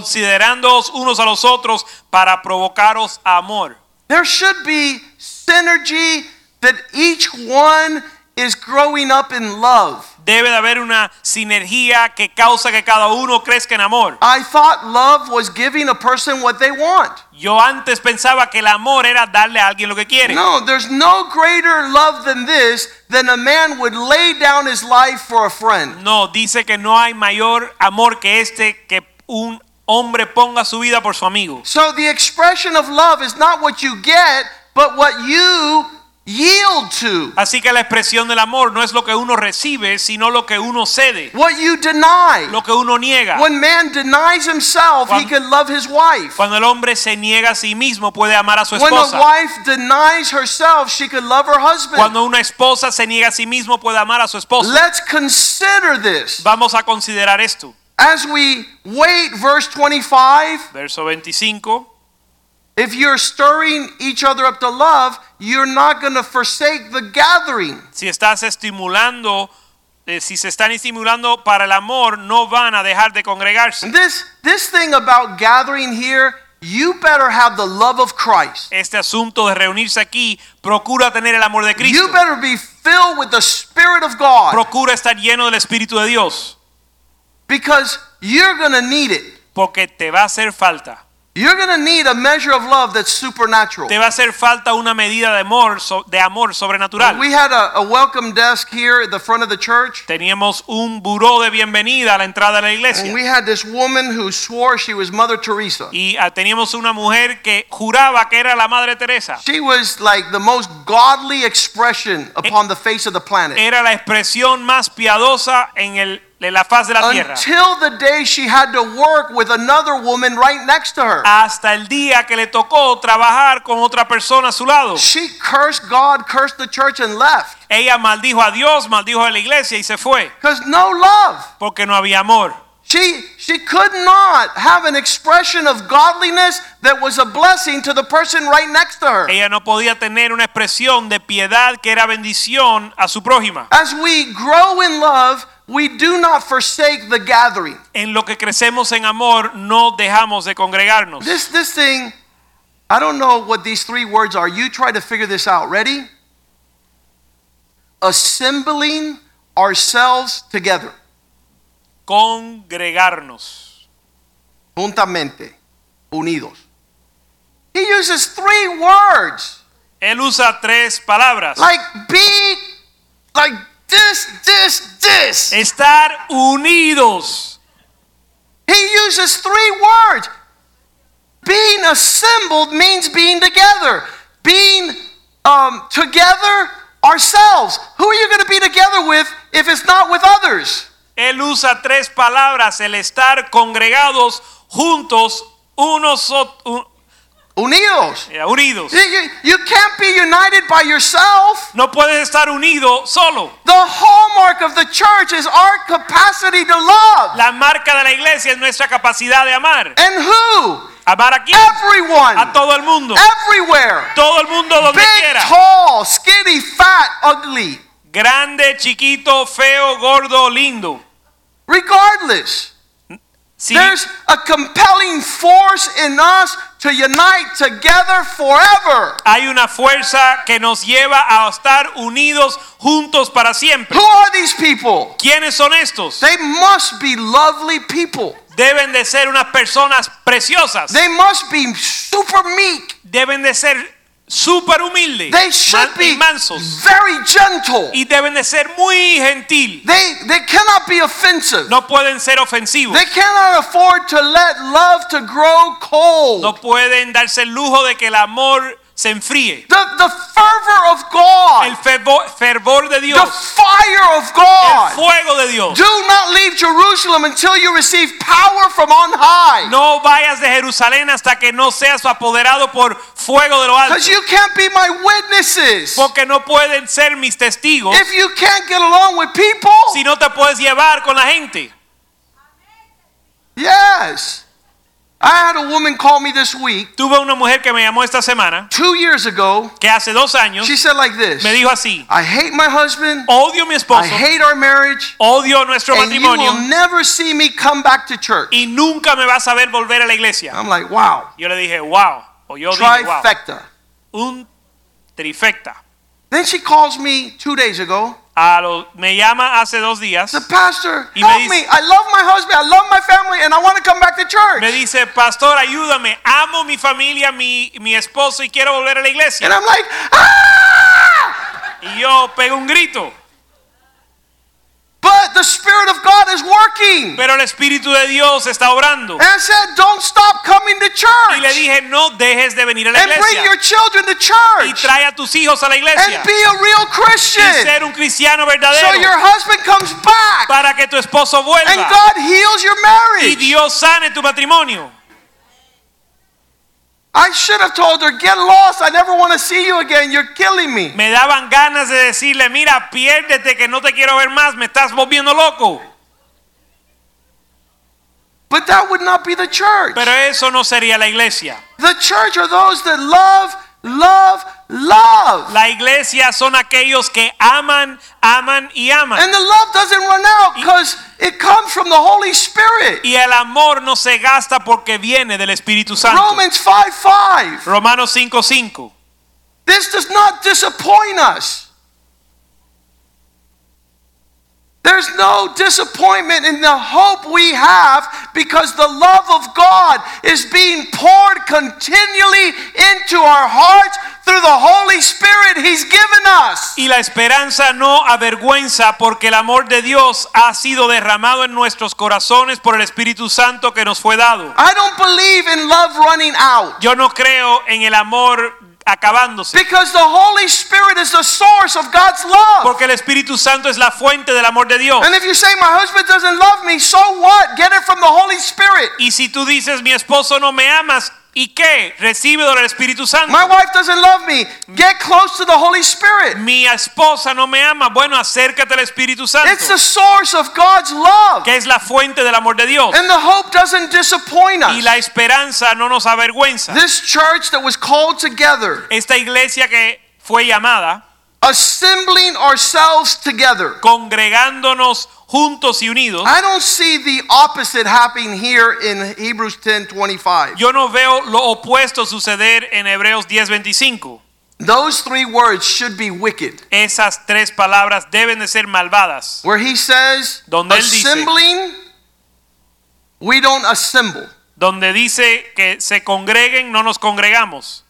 Speaker 2: Considerándoos unos a los otros para provocaros a amor.
Speaker 1: There should be synergy that each one is growing up in love.
Speaker 2: Debe de haber una sinergia que causa que cada uno crezca en amor.
Speaker 1: I thought love was giving a person what they want.
Speaker 2: Yo antes pensaba que el amor era darle a alguien lo que quiere.
Speaker 1: No, there's no greater love than this than a man would lay down his life for a friend.
Speaker 2: No, dice que no hay mayor amor que este que un hombre ponga su vida por su amigo.
Speaker 1: So the expression of love is not what you get, but what you yield to,
Speaker 2: Así que la expresión del amor no es lo que uno recibe, sino lo que uno cede,
Speaker 1: what you deny.
Speaker 2: lo que uno niega.
Speaker 1: When man denies himself, he can love his wife.
Speaker 2: Cuando el hombre se niega a sí mismo, puede amar a su
Speaker 1: When a
Speaker 2: esposa.
Speaker 1: wife denies herself, she can love her husband.
Speaker 2: Cuando una esposa se niega a sí mismo puede amar a su esposo.
Speaker 1: Let's consider this
Speaker 2: Vamos a considerar esto.
Speaker 1: as we wait, verse 25.
Speaker 2: Verso 25.
Speaker 1: If you're stirring each other up to love, you're not going to forsake the gathering.
Speaker 2: Si estás estimulando, eh, si se están estimulando para el amor, no van a dejar de congregarse.
Speaker 1: This this thing about gathering here, you better have the love of Christ.
Speaker 2: Este asunto de reunirse aquí, procura tener el amor de Cristo.
Speaker 1: You better be filled with the spirit of God
Speaker 2: Procura estar lleno del Espíritu de Dios,
Speaker 1: because you're going to need it.
Speaker 2: porque te va a hacer falta.
Speaker 1: You're going to need a measure of love that's supernatural.
Speaker 2: Te va a hacer falta una medida de amor, so- de amor sobrenatural.
Speaker 1: We had a, a welcome desk here at the front of the church.
Speaker 2: Teníamos un buró de bienvenida a la entrada de la
Speaker 1: And
Speaker 2: iglesia.
Speaker 1: we had this woman who swore she was Mother Teresa.
Speaker 2: Y ah, teníamos una mujer que juraba que era la Madre Teresa.
Speaker 1: She was like the most godly expression upon the face of the planet.
Speaker 2: Era la expresión más piadosa en, el, en la faz de la tierra.
Speaker 1: Until the day she had to work with another woman right next to her.
Speaker 2: Hasta el día que le tocó trabajar con otra persona a su lado.
Speaker 1: She cursed God, cursed the church, and left.
Speaker 2: Ella maldijo a Dios, maldijo a la iglesia y se fue
Speaker 1: Because no love.
Speaker 2: porque no había amor.
Speaker 1: She, she could not have an expression of godliness that was a blessing to the person right next to her.
Speaker 2: Ella no podía tener una expresión de piedad que era bendición a su prójima.
Speaker 1: As we grow in love, we do not forsake the gathering.
Speaker 2: En lo que crecemos en amor no dejamos de congregarnos.
Speaker 1: This, this thing, I don't know what these three words are. You try to figure this out. Ready? Assembling ourselves together.
Speaker 2: Congregarnos.
Speaker 1: Juntamente. Unidos. He uses three words.
Speaker 2: Él usa tres palabras.
Speaker 1: Like be, like this, this, this.
Speaker 2: Estar unidos.
Speaker 1: He uses three words. Being assembled means being together. Being um, together ourselves. Who are you going to be together with if it's not with others?
Speaker 2: Él usa tres palabras. El estar congregados juntos, unos o- un-
Speaker 1: Unidos.
Speaker 2: eh, unidos.
Speaker 1: You, you- you can't be united by yourself.
Speaker 2: No puedes estar unido solo.
Speaker 1: The hallmark of the church is our capacity to love.
Speaker 2: La marca de la iglesia es nuestra capacidad de amar.
Speaker 1: And who?
Speaker 2: Amar a quién? A
Speaker 1: Everyone.
Speaker 2: todo el mundo.
Speaker 1: Everywhere.
Speaker 2: Todo el mundo donde
Speaker 1: Big,
Speaker 2: quiera.
Speaker 1: tall, skinny, fat, ugly.
Speaker 2: Grande, chiquito, feo, gordo, lindo.
Speaker 1: Regardless.
Speaker 2: Si,
Speaker 1: There's a compelling force in us to unite together forever.
Speaker 2: hay una fuerza que nos lleva a estar unidos juntos para siempre.
Speaker 1: Who are these people?
Speaker 2: ¿Quiénes son estos?
Speaker 1: They must be lovely people.
Speaker 2: Deben de ser unas personas preciosas.
Speaker 1: They must be super meek.
Speaker 2: Deben de ser súper humildes
Speaker 1: They should
Speaker 2: man- E- y
Speaker 1: be
Speaker 2: mansos.
Speaker 1: very gentle.
Speaker 2: Y deben de ser muy gentil.
Speaker 1: They, they cannot be offensive.
Speaker 2: No pueden ser ofensivos.
Speaker 1: They cannot afford to let love to grow cold.
Speaker 2: No pueden darse el lujo de que el amor se enfríe.
Speaker 1: The, the fervor of
Speaker 2: El
Speaker 1: God,
Speaker 2: fervo- fervor de
Speaker 1: the
Speaker 2: Dios.
Speaker 1: fire of
Speaker 2: El
Speaker 1: God.
Speaker 2: fuego de Dios.
Speaker 1: Do not leave Jerusalem until you receive power from on high.
Speaker 2: No vayas de Jerusalén hasta que no seas apoderado por fuego de lo alto.
Speaker 1: Because you can't be my witnesses.
Speaker 2: Porque no pueden ser mis testigos
Speaker 1: If you can't get along with people,
Speaker 2: si no te puedes llevar con la gente.
Speaker 1: yes. I had a woman call me this week,
Speaker 2: Tuve una mujer que me llamó esta semana,
Speaker 1: two years ago.
Speaker 2: que hace dos años
Speaker 1: She said like this
Speaker 2: me dijo así,
Speaker 1: I hate my husband.
Speaker 2: odio a mi
Speaker 1: I
Speaker 2: esposo,
Speaker 1: hate our marriage.
Speaker 2: odio nuestro
Speaker 1: And you will
Speaker 2: Oh, matrimonio
Speaker 1: never see me come back to church.
Speaker 2: y nunca me vas a ver volver a la iglesia.
Speaker 1: I'm like, wow.
Speaker 2: Yo le dije, wow, o yo dije, Oh, wow,
Speaker 1: Trifecta.
Speaker 2: un trifecta.
Speaker 1: Then she calls me two days ago.
Speaker 2: A lo- me llama hace dos
Speaker 1: The
Speaker 2: días,
Speaker 1: pastor,
Speaker 2: Y me
Speaker 1: help
Speaker 2: dice-
Speaker 1: me. I love my husband. I love my family, and I want to come back to
Speaker 2: me
Speaker 1: church.
Speaker 2: dice, pastor, ayúdame, amo mi familia, mi, mi esposo y quiero volver a la iglesia.
Speaker 1: And I'm like, ah!
Speaker 2: Y yo pego un grito,
Speaker 1: But the Spirit of God is working.
Speaker 2: pero el Espíritu de Dios está obrando.
Speaker 1: And I said, don't stop coming to
Speaker 2: Y le
Speaker 1: church.
Speaker 2: dije, no dejes de venir a la
Speaker 1: And bring
Speaker 2: iglesia
Speaker 1: your children to
Speaker 2: y
Speaker 1: church.
Speaker 2: trae a tus hijos a la iglesia
Speaker 1: And be a real
Speaker 2: y
Speaker 1: Christian.
Speaker 2: ser un cristiano
Speaker 1: So
Speaker 2: verdadero
Speaker 1: your husband comes back.
Speaker 2: para que tu esposo
Speaker 1: And
Speaker 2: vuelva
Speaker 1: God heals your
Speaker 2: y
Speaker 1: marriage.
Speaker 2: Dios sane tu matrimonio.
Speaker 1: I should have told her, get lost. I never want to see you again. You're killing me.
Speaker 2: Me daban ganas de decirle, mira, piérdete que no te quiero ver más, me estás volviendo loco.
Speaker 1: But But that would not be the church.
Speaker 2: Pero eso no sería la iglesia.
Speaker 1: The church are those that love, love, love.
Speaker 2: La iglesia son aquellos que aman, aman y aman.
Speaker 1: And the love doesn't run out because it comes from the Holy Spirit.
Speaker 2: Y el amor no se gasta porque viene del Espíritu Santo.
Speaker 1: Romans 5 5.
Speaker 2: Romanos 5:5.
Speaker 1: This does not disappoint us. There's no disappointment in the hope we have because the love of God is being poured continually into our hearts through the Holy Spirit He's given us.
Speaker 2: Y la esperanza no avergüenza porque el amor de Dios ha sido derramado en nuestros corazones por el Espíritu Santo que nos fue dado.
Speaker 1: I don't believe in love running out
Speaker 2: Yo no creo en el amor acabándose.
Speaker 1: because the Holy Spirit is the source of God's love.
Speaker 2: Porque el Espíritu Santo es la fuente del amor de Dios.
Speaker 1: And if you say, My husband doesn't love me, so what? Get it from the Holy Spirit.
Speaker 2: Y si tú dices, mi esposo no me amas, ¿y qué? Recibe del Espíritu Santo.
Speaker 1: My wife doesn't love me. Get close to the Holy Spirit.
Speaker 2: Mi esposa no me ama. Bueno, acércate al Espíritu
Speaker 1: It's
Speaker 2: Santo,
Speaker 1: the source of God's love.
Speaker 2: que es la fuente del amor de Dios.
Speaker 1: And the hope doesn't disappoint
Speaker 2: Y
Speaker 1: us.
Speaker 2: la esperanza no nos avergüenza.
Speaker 1: This church that was called together,
Speaker 2: Esta iglesia que fue llamada,
Speaker 1: assembling ourselves together.
Speaker 2: congregándonos juntos y unidos,
Speaker 1: I don't see the opposite happening here in Hebrews 10 25.
Speaker 2: yo no veo lo opuesto suceder en Hebreos 10:25.
Speaker 1: Those three words should be wicked,
Speaker 2: Esas tres palabras deben de ser malvadas.
Speaker 1: where he says,
Speaker 2: Donde él dice-
Speaker 1: assembling, we don't assemble.
Speaker 2: donde dice que se congreguen, no nos congregamos.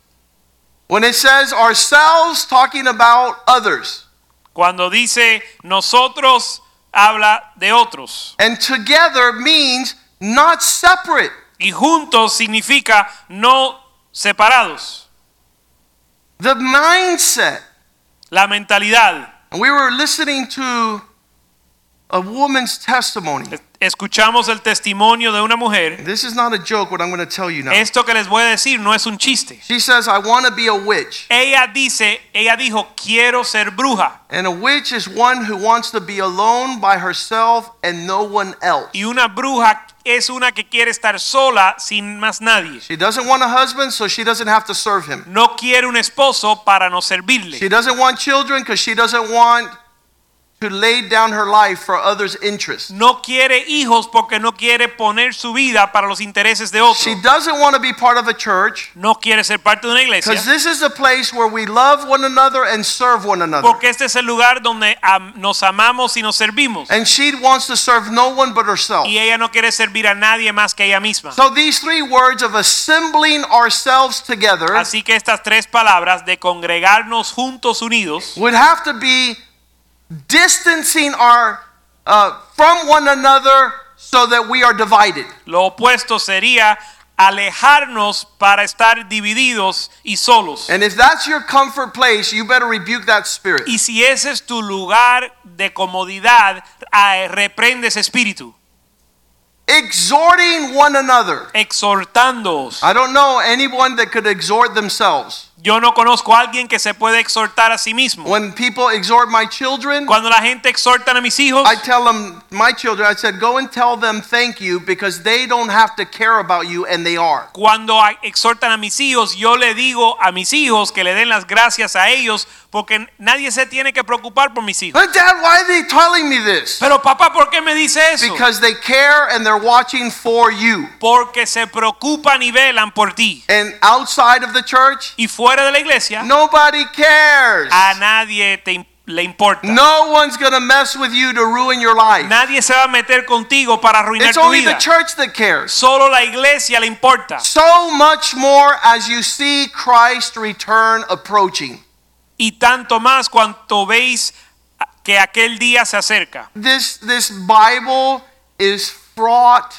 Speaker 1: When it says ourselves, talking about others.
Speaker 2: Cuando dice nosotros, habla de otros.
Speaker 1: And together means not separate.
Speaker 2: Y juntos significa no separados.
Speaker 1: The mindset.
Speaker 2: La mentalidad.
Speaker 1: And we were listening to a woman's testimony.
Speaker 2: Es- Escuchamos el testimonio de una mujer.
Speaker 1: This is not a joke, what I'm going to tell you now.
Speaker 2: Esto que les voy a decir no es un chiste.
Speaker 1: She says, I want to be a witch.
Speaker 2: Ella dice, ella dijo, quiero ser bruja.
Speaker 1: And a witch is one who wants to be alone by herself and no one else.
Speaker 2: Y una bruja es una que quiere estar sola sin más nadie.
Speaker 1: She doesn't want a husband, so she doesn't have to serve him.
Speaker 2: No quiere un esposo para no servirle.
Speaker 1: She doesn't want children because she doesn't want to lay down her life for others' interests.
Speaker 2: No quiere hijos porque no quiere poner su vida para los intereses de otros.
Speaker 1: She doesn't want to be part of a church.
Speaker 2: No quiere ser parte de una
Speaker 1: Because
Speaker 2: iglesia.
Speaker 1: this is a place where we love one another and serve one another.
Speaker 2: Porque este es el lugar donde am- nos amamos y nos servimos.
Speaker 1: And she wants to serve no one but herself.
Speaker 2: Y ella no quiere servir a nadie más que ella misma.
Speaker 1: So these three words of assembling ourselves together
Speaker 2: Así que estas tres palabras de congregarnos juntos unidos
Speaker 1: would have to be distancing our uh, from one another so that we are divided.
Speaker 2: Lo opuesto sería alejarnos para estar divididos y solos.
Speaker 1: And if that's your comfort place, you better rebuke that spirit.
Speaker 2: Y si ese es tu lugar de comodidad, ah, reprende ese espíritu,
Speaker 1: Exhorting one another.
Speaker 2: exhortándoos.
Speaker 1: I don't know anyone that could exhort themselves.
Speaker 2: Yo no conozco a alguien que se puede exhortar a sí mismo.
Speaker 1: When people exhort my children,
Speaker 2: Cuando la gente exhorta a mis hijos,
Speaker 1: I tell them, my children, I said, go and tell them thank you because they don't have to care about you and they are.
Speaker 2: cuando a- exhortan a mis hijos, yo le digo a mis hijos que le den las gracias a ellos porque nadie se tiene que preocupar por mis hijos.
Speaker 1: But dad, why are they telling me this?
Speaker 2: Pero papá, ¿por qué me dice eso?
Speaker 1: Because they care and they're watching for you.
Speaker 2: Porque se preocupan y velan por ti.
Speaker 1: And outside of the church,
Speaker 2: Y fuera de la iglesia,
Speaker 1: nobody cares.
Speaker 2: a nadie te, im- le importa.
Speaker 1: No one's going to mess with you to ruin your life.
Speaker 2: Nadie se va a meter contigo para arruinar
Speaker 1: It's
Speaker 2: tu
Speaker 1: only the
Speaker 2: vida.
Speaker 1: church that cares.
Speaker 2: Solo la iglesia le importa.
Speaker 1: So much more as you see Christ's return approaching.
Speaker 2: Y tanto más cuanto veis que aquel día se acerca.
Speaker 1: this this bible is fraught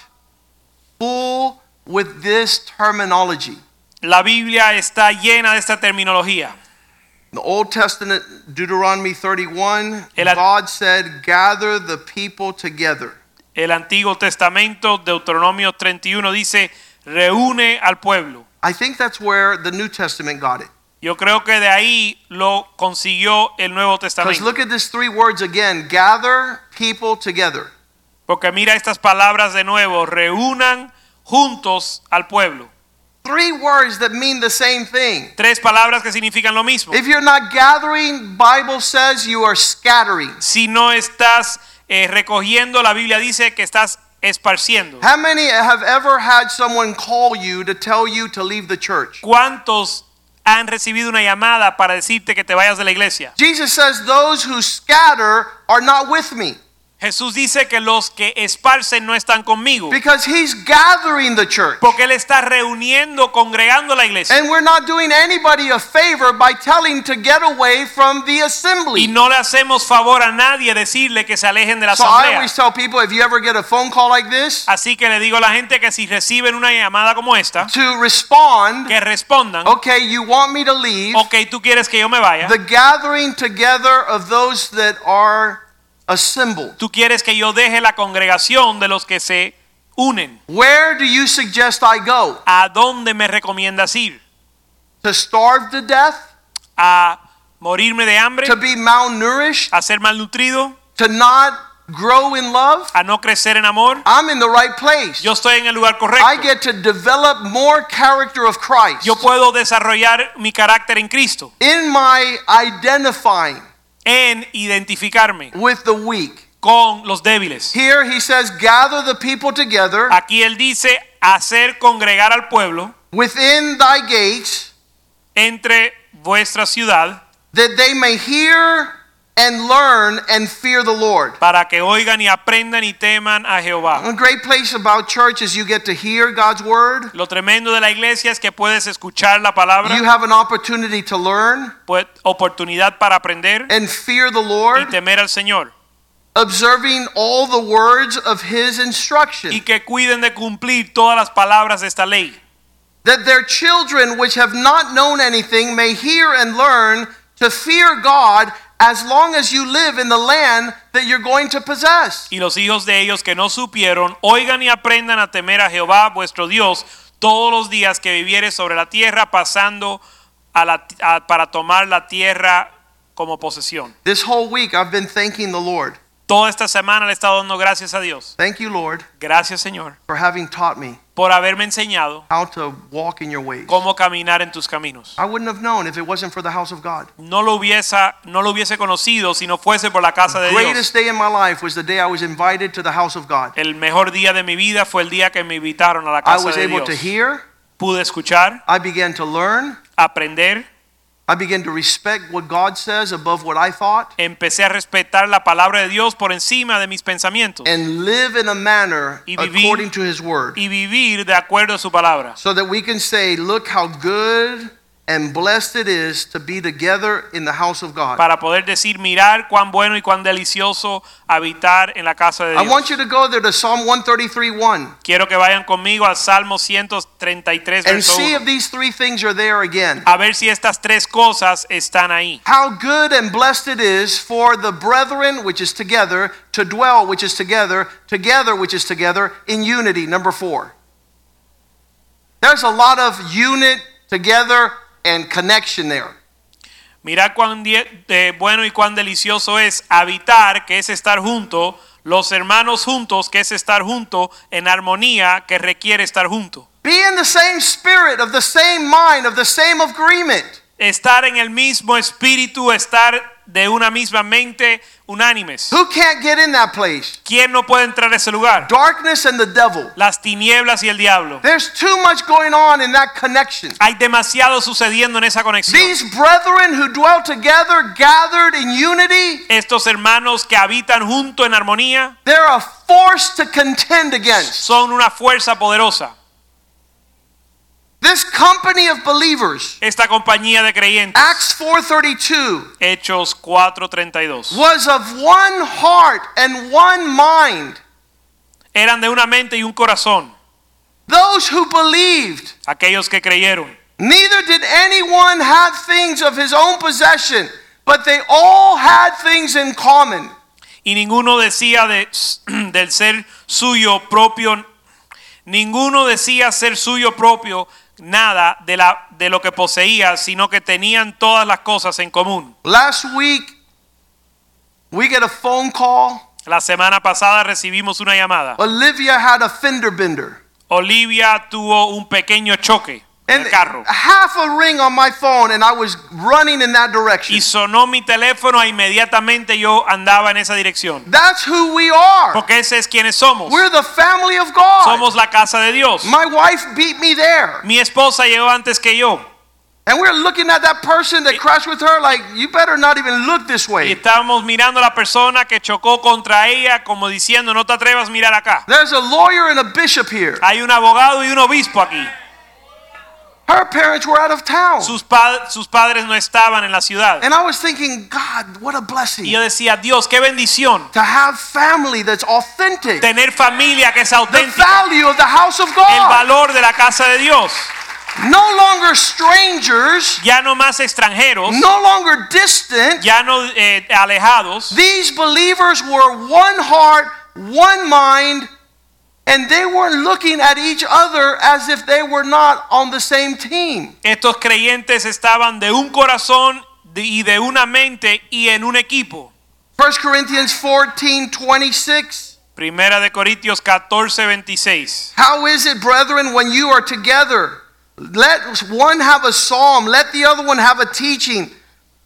Speaker 1: full with this terminology
Speaker 2: La Biblia está llena de esta terminología.
Speaker 1: the old testament deuteronomy 31
Speaker 2: El-
Speaker 1: god said gather the people together
Speaker 2: El Antiguo Testamento, Deuteronomio 31, dice, reúne al pueblo.
Speaker 1: i think that's where the new testament got it
Speaker 2: Yo creo que de ahí lo consiguió el Nuevo
Speaker 1: because
Speaker 2: Testamento.
Speaker 1: look at these three words again gather people together
Speaker 2: Porque mira estas palabras de nuevo, reúnan juntos al pueblo.
Speaker 1: Three words that mean the same thing.
Speaker 2: Tres palabras que significan lo mismo.
Speaker 1: If you're not gathering, Bible says you are scattering.
Speaker 2: Si no estás eh, recogiendo, la Biblia dice que estás esparciendo.
Speaker 1: How many have ever had someone call you to tell you to leave the church?
Speaker 2: ¿Cuántos han recibido una llamada para decirte que te vayas de la iglesia?
Speaker 1: Jesus says, Those who scatter are not with me
Speaker 2: Jesús dice que los que esparcen no están conmigo.
Speaker 1: because he's gathering the church.
Speaker 2: Porque Él está reuniendo, congregando la iglesia.
Speaker 1: And we're not doing anybody a favor by telling to get away from the
Speaker 2: Y
Speaker 1: assembly.
Speaker 2: no le hacemos favor a nadie decirle que se alejen de la
Speaker 1: So I
Speaker 2: asamblea. Ah.
Speaker 1: always tell people if you ever get a phone call like this,
Speaker 2: Así que le digo a la gente que si reciben una llamada como esta,
Speaker 1: to respond,
Speaker 2: que respondan,
Speaker 1: okay, you want me to leave.
Speaker 2: ok, tú quieres que yo me vaya,
Speaker 1: The gathering together of those that are assembled.
Speaker 2: tú quieres que yo deje la congregación de los que se unen.
Speaker 1: Where do you suggest I go?
Speaker 2: ¿A dónde me recomiendas ir?
Speaker 1: To starve to death?
Speaker 2: ¿A morirme de hambre?
Speaker 1: To be malnourished?
Speaker 2: ¿A ser malnutrido?
Speaker 1: To not grow in love?
Speaker 2: ¿A no crecer en amor?
Speaker 1: I'm in the right place.
Speaker 2: Yo estoy en el lugar
Speaker 1: I
Speaker 2: correcto.
Speaker 1: get to develop more character of Christ
Speaker 2: Yo puedo desarrollar mi carácter en Cristo,
Speaker 1: in my identifying
Speaker 2: en identificarme
Speaker 1: with the weak.
Speaker 2: con los débiles.
Speaker 1: Here he says, gather the people together
Speaker 2: Aquí él dice hacer congregar al pueblo
Speaker 1: within thy gates
Speaker 2: entre vuestra ciudad
Speaker 1: that they may hear and learn and fear the Lord.
Speaker 2: para que oigan y aprendan y teman a Jehová.
Speaker 1: A great place about church is you get to hear God's word.
Speaker 2: Lo tremendo de la iglesia es que puedes escuchar la palabra,
Speaker 1: You have an opportunity to learn
Speaker 2: pues, oportunidad para aprender
Speaker 1: and fear the
Speaker 2: y
Speaker 1: Lord,
Speaker 2: temer al Señor.
Speaker 1: observing all the words of his
Speaker 2: Y
Speaker 1: instruction,
Speaker 2: que cuiden de cumplir todas las palabras de esta ley,
Speaker 1: that their children which have not known anything may hear and learn to fear God as long as you live in the land that you're going to possess.
Speaker 2: y los hijos de ellos que no supieron, oigan y aprendan a temer a Jehová vuestro Dios todos los días que vivieres sobre la tierra, pasando a la- a- para tomar la tierra como posesión.
Speaker 1: This whole week I've been thanking the Lord.
Speaker 2: Toda esta semana le he estado dando gracias a Dios.
Speaker 1: Thank you, Lord,
Speaker 2: Gracias Señor
Speaker 1: for having taught me
Speaker 2: por haberme enseñado
Speaker 1: how to walk in your ways.
Speaker 2: cómo caminar en tus caminos.
Speaker 1: I wouldn't have known if it wasn't for the house of God.
Speaker 2: No lo hubiese, no lo hubiese conocido si no fuese por la casa de Dios.
Speaker 1: greatest day in my life was the day I was invited to the house of God.
Speaker 2: El mejor día de mi vida fue el día que me invitaron a la
Speaker 1: I
Speaker 2: casa
Speaker 1: was
Speaker 2: de
Speaker 1: able
Speaker 2: Dios.
Speaker 1: to hear,
Speaker 2: Pude escuchar,
Speaker 1: I began to learn,
Speaker 2: aprender,
Speaker 1: I began to respect what God says above what I thought,
Speaker 2: empecé a respetar la palabra de Dios por encima de mis pensamientos
Speaker 1: and live in a manner
Speaker 2: Y vivir-
Speaker 1: according to His word.
Speaker 2: y vivir de acuerdo a su palabra.
Speaker 1: So that we can say, look how good and blessed it is to be together in the house of God.
Speaker 2: Para poder decir, mirar cuán bueno y cuán delicioso habitar en la casa de
Speaker 1: I want
Speaker 2: Dios.
Speaker 1: you to go there to Psalm 133 1
Speaker 2: Quiero que vayan conmigo al Salmo 133,
Speaker 1: and
Speaker 2: verso
Speaker 1: see
Speaker 2: 1.
Speaker 1: if these three things are there again.
Speaker 2: a ver si estas tres cosas están ahí.
Speaker 1: How good and blessed it is for the brethren, which is together, to dwell, which is together, together, which is together, in unity. Number four. There's a lot of unit, together, and connection there.
Speaker 2: Mirad cuán die- eh, bueno y cuán delicioso es habitar, que es estar junto, los hermanos juntos, que es estar junto, en armonía, que requiere estar junto.
Speaker 1: Be in the same spirit, of the same mind, of the same agreement.
Speaker 2: Estar en el mismo espíritu, estar de una misma mente, unánimes.
Speaker 1: Who can't get in that place?
Speaker 2: ¿Quién no puede entrar a ese lugar?
Speaker 1: Darkness and the devil.
Speaker 2: Las tinieblas y el diablo.
Speaker 1: There's too much going on in that connection.
Speaker 2: Hay demasiado sucediendo en esa conexión.
Speaker 1: These brethren who dwell together, gathered in unity,
Speaker 2: Estos hermanos que habitan junto en armonía
Speaker 1: they're a force to contend against.
Speaker 2: son una fuerza poderosa.
Speaker 1: This company of believers,
Speaker 2: Esta compañía de creyentes,
Speaker 1: Acts 4:32,
Speaker 2: Hechos 4:32,
Speaker 1: was of one heart and one mind.
Speaker 2: eran de una mente y un corazón,
Speaker 1: Those who believed,
Speaker 2: aquellos que creyeron.
Speaker 1: neither did anyone have things of his own possession, but they all had things in common.
Speaker 2: Y ninguno decía de- del ser suyo propio, ninguno decía ser suyo propio nada de, la, de lo que poseía, sino que tenían todas las cosas en común.
Speaker 1: Last week, we get a phone call
Speaker 2: La semana pasada recibimos una llamada.
Speaker 1: Olivia had a fender bender.
Speaker 2: Olivia tuvo un pequeño choque en
Speaker 1: And
Speaker 2: el carro.
Speaker 1: half a ring on my phone, and I was running in that direction.
Speaker 2: Y sonó mi teléfono e inmediatamente yo andaba en esa dirección.
Speaker 1: That's who we are.
Speaker 2: Porque ese es quienes somos.
Speaker 1: We're the family of God.
Speaker 2: Somos la casa de Dios.
Speaker 1: My wife beat me there.
Speaker 2: Mi esposa llegó antes que yo.
Speaker 1: And we're looking at that person that crashed with her like, you better not even look this
Speaker 2: Y
Speaker 1: way.
Speaker 2: estábamos mirando a la persona que chocó contra ella como diciendo, no te atrevas a mirar acá.
Speaker 1: There's a lawyer and a bishop here.
Speaker 2: Hay un abogado y un obispo aquí.
Speaker 1: Her parents were out of town.
Speaker 2: Sus, pa- sus padres no estaban en la ciudad.
Speaker 1: And I was thinking, God, what a blessing
Speaker 2: Y yo decía, Dios, qué bendición
Speaker 1: to have family that's authentic.
Speaker 2: tener familia que es
Speaker 1: The
Speaker 2: auténtica.
Speaker 1: value of the house of
Speaker 2: El
Speaker 1: God.
Speaker 2: valor de la casa de Dios.
Speaker 1: No longer strangers,
Speaker 2: Ya no más extranjeros,
Speaker 1: no longer distant.
Speaker 2: ya no eh, alejados.
Speaker 1: These believers were one heart, one mind, and they weren't looking at each other as if they were not on the same team.
Speaker 2: Estos creyentes estaban de un corazón de- y de una mente y en un equipo.
Speaker 1: 1 Corinthians 14 26.
Speaker 2: Primera de Corintios 14, 26.
Speaker 1: How is it, brethren, when you are together? Let one have a psalm, let the other one have a teaching,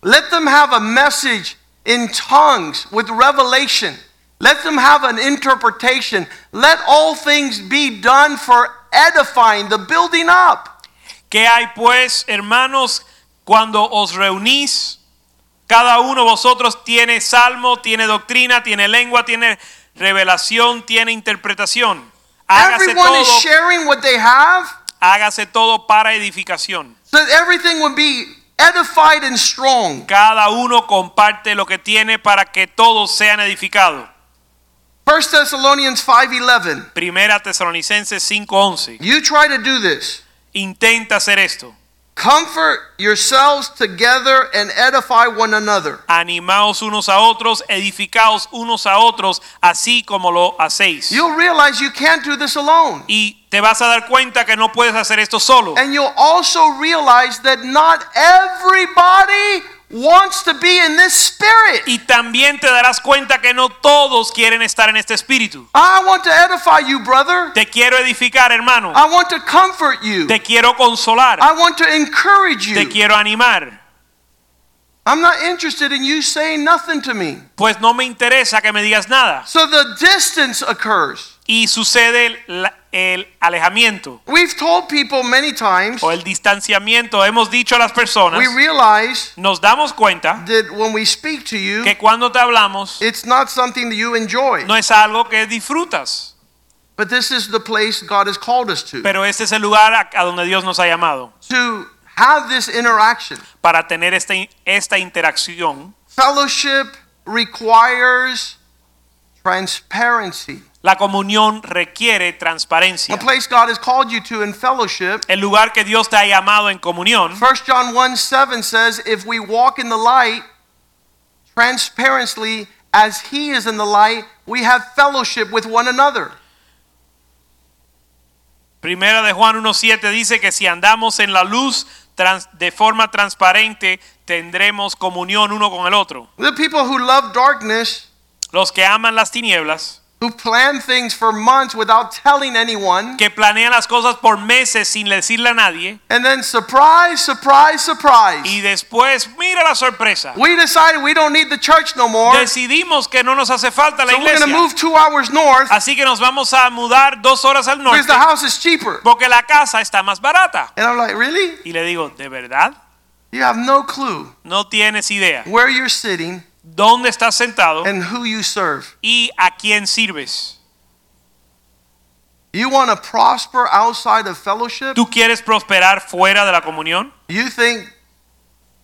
Speaker 1: let them have a message in tongues with revelation, let them have an interpretation, let all things be done for edifying, the building up.
Speaker 2: ¿Qué hay pues, hermanos, cuando os reunís? Cada uno de vosotros tiene salmo, tiene doctrina, tiene lengua, tiene revelación, tiene interpretación. Hágase
Speaker 1: Everyone is
Speaker 2: todo,
Speaker 1: sharing what they have,
Speaker 2: hágase todo para edificación.
Speaker 1: so that everything would be edified and strong.
Speaker 2: Cada uno comparte lo que tiene para que todos sean edificados.
Speaker 1: 1 Thessalonians 5:11.
Speaker 2: Primera Tesalonicenses 5:11.
Speaker 1: You try to do this.
Speaker 2: Intenta hacer esto.
Speaker 1: Comfort yourselves together and edify one another.
Speaker 2: Animaos unos a otros, edificaos unos a otros, así como lo hacéis.
Speaker 1: You'll realize you can't do this alone.
Speaker 2: Y te vas a dar cuenta que no puedes hacer esto solo.
Speaker 1: And you'll also realize that not everybody wants to be in this spirit.
Speaker 2: Y también te darás cuenta que no todos quieren estar en este espíritu.
Speaker 1: I want to edify you, brother.
Speaker 2: Te quiero edificar, hermano.
Speaker 1: I want to comfort you.
Speaker 2: Te quiero consolar.
Speaker 1: I want to encourage you.
Speaker 2: Te quiero animar.
Speaker 1: I'm not interested in you saying nothing to me.
Speaker 2: Pues no me interesa que me digas nada.
Speaker 1: So the distance occurs.
Speaker 2: Y sucede el, el alejamiento
Speaker 1: We've told people many times,
Speaker 2: o el distanciamiento. Hemos dicho a las personas,
Speaker 1: we realize
Speaker 2: nos damos cuenta
Speaker 1: that when we speak to you,
Speaker 2: que cuando te hablamos
Speaker 1: it's not something that you enjoy.
Speaker 2: no es algo que disfrutas.
Speaker 1: But this is the place God has called us to,
Speaker 2: Pero este es el lugar a, a donde Dios nos ha llamado
Speaker 1: to have this interaction.
Speaker 2: para tener este- esta interacción.
Speaker 1: Fellowship requires transparency.
Speaker 2: La comunión requiere transparencia.
Speaker 1: The place God has called you to in fellowship,
Speaker 2: El lugar que Dios te ha llamado en comunión.
Speaker 1: 1 John 1 7 says, If we walk in the light transparently as he is in the light, we have fellowship with one another.
Speaker 2: Primera de Juan 1.7 dice que si andamos en la luz trans- de forma transparente, tendremos comunión uno con el otro.
Speaker 1: The people who love darkness,
Speaker 2: Los que aman las tinieblas,
Speaker 1: who plan things for months without telling anyone,
Speaker 2: que planean las cosas por meses sin decirle a nadie,
Speaker 1: and then surprise, surprise, surprise.
Speaker 2: y después, mira la sorpresa,
Speaker 1: We decided we don't need the church no more, so
Speaker 2: decidimos que no nos hace falta la
Speaker 1: we're going to
Speaker 2: iglesia.
Speaker 1: move two hours north
Speaker 2: Así que nos vamos a mudar dos horas al
Speaker 1: because the
Speaker 2: norte
Speaker 1: house is cheaper.
Speaker 2: porque la casa está más barata.
Speaker 1: And I'm like, really?
Speaker 2: Y le digo, ¿de verdad?
Speaker 1: You have no clue
Speaker 2: No tienes idea
Speaker 1: where you're sitting
Speaker 2: dónde estás sentado
Speaker 1: and who you serve.
Speaker 2: y a quién sirves.
Speaker 1: You want to prosper outside of fellowship?
Speaker 2: ¿Tú quieres prosperar fuera de la comunión?
Speaker 1: You think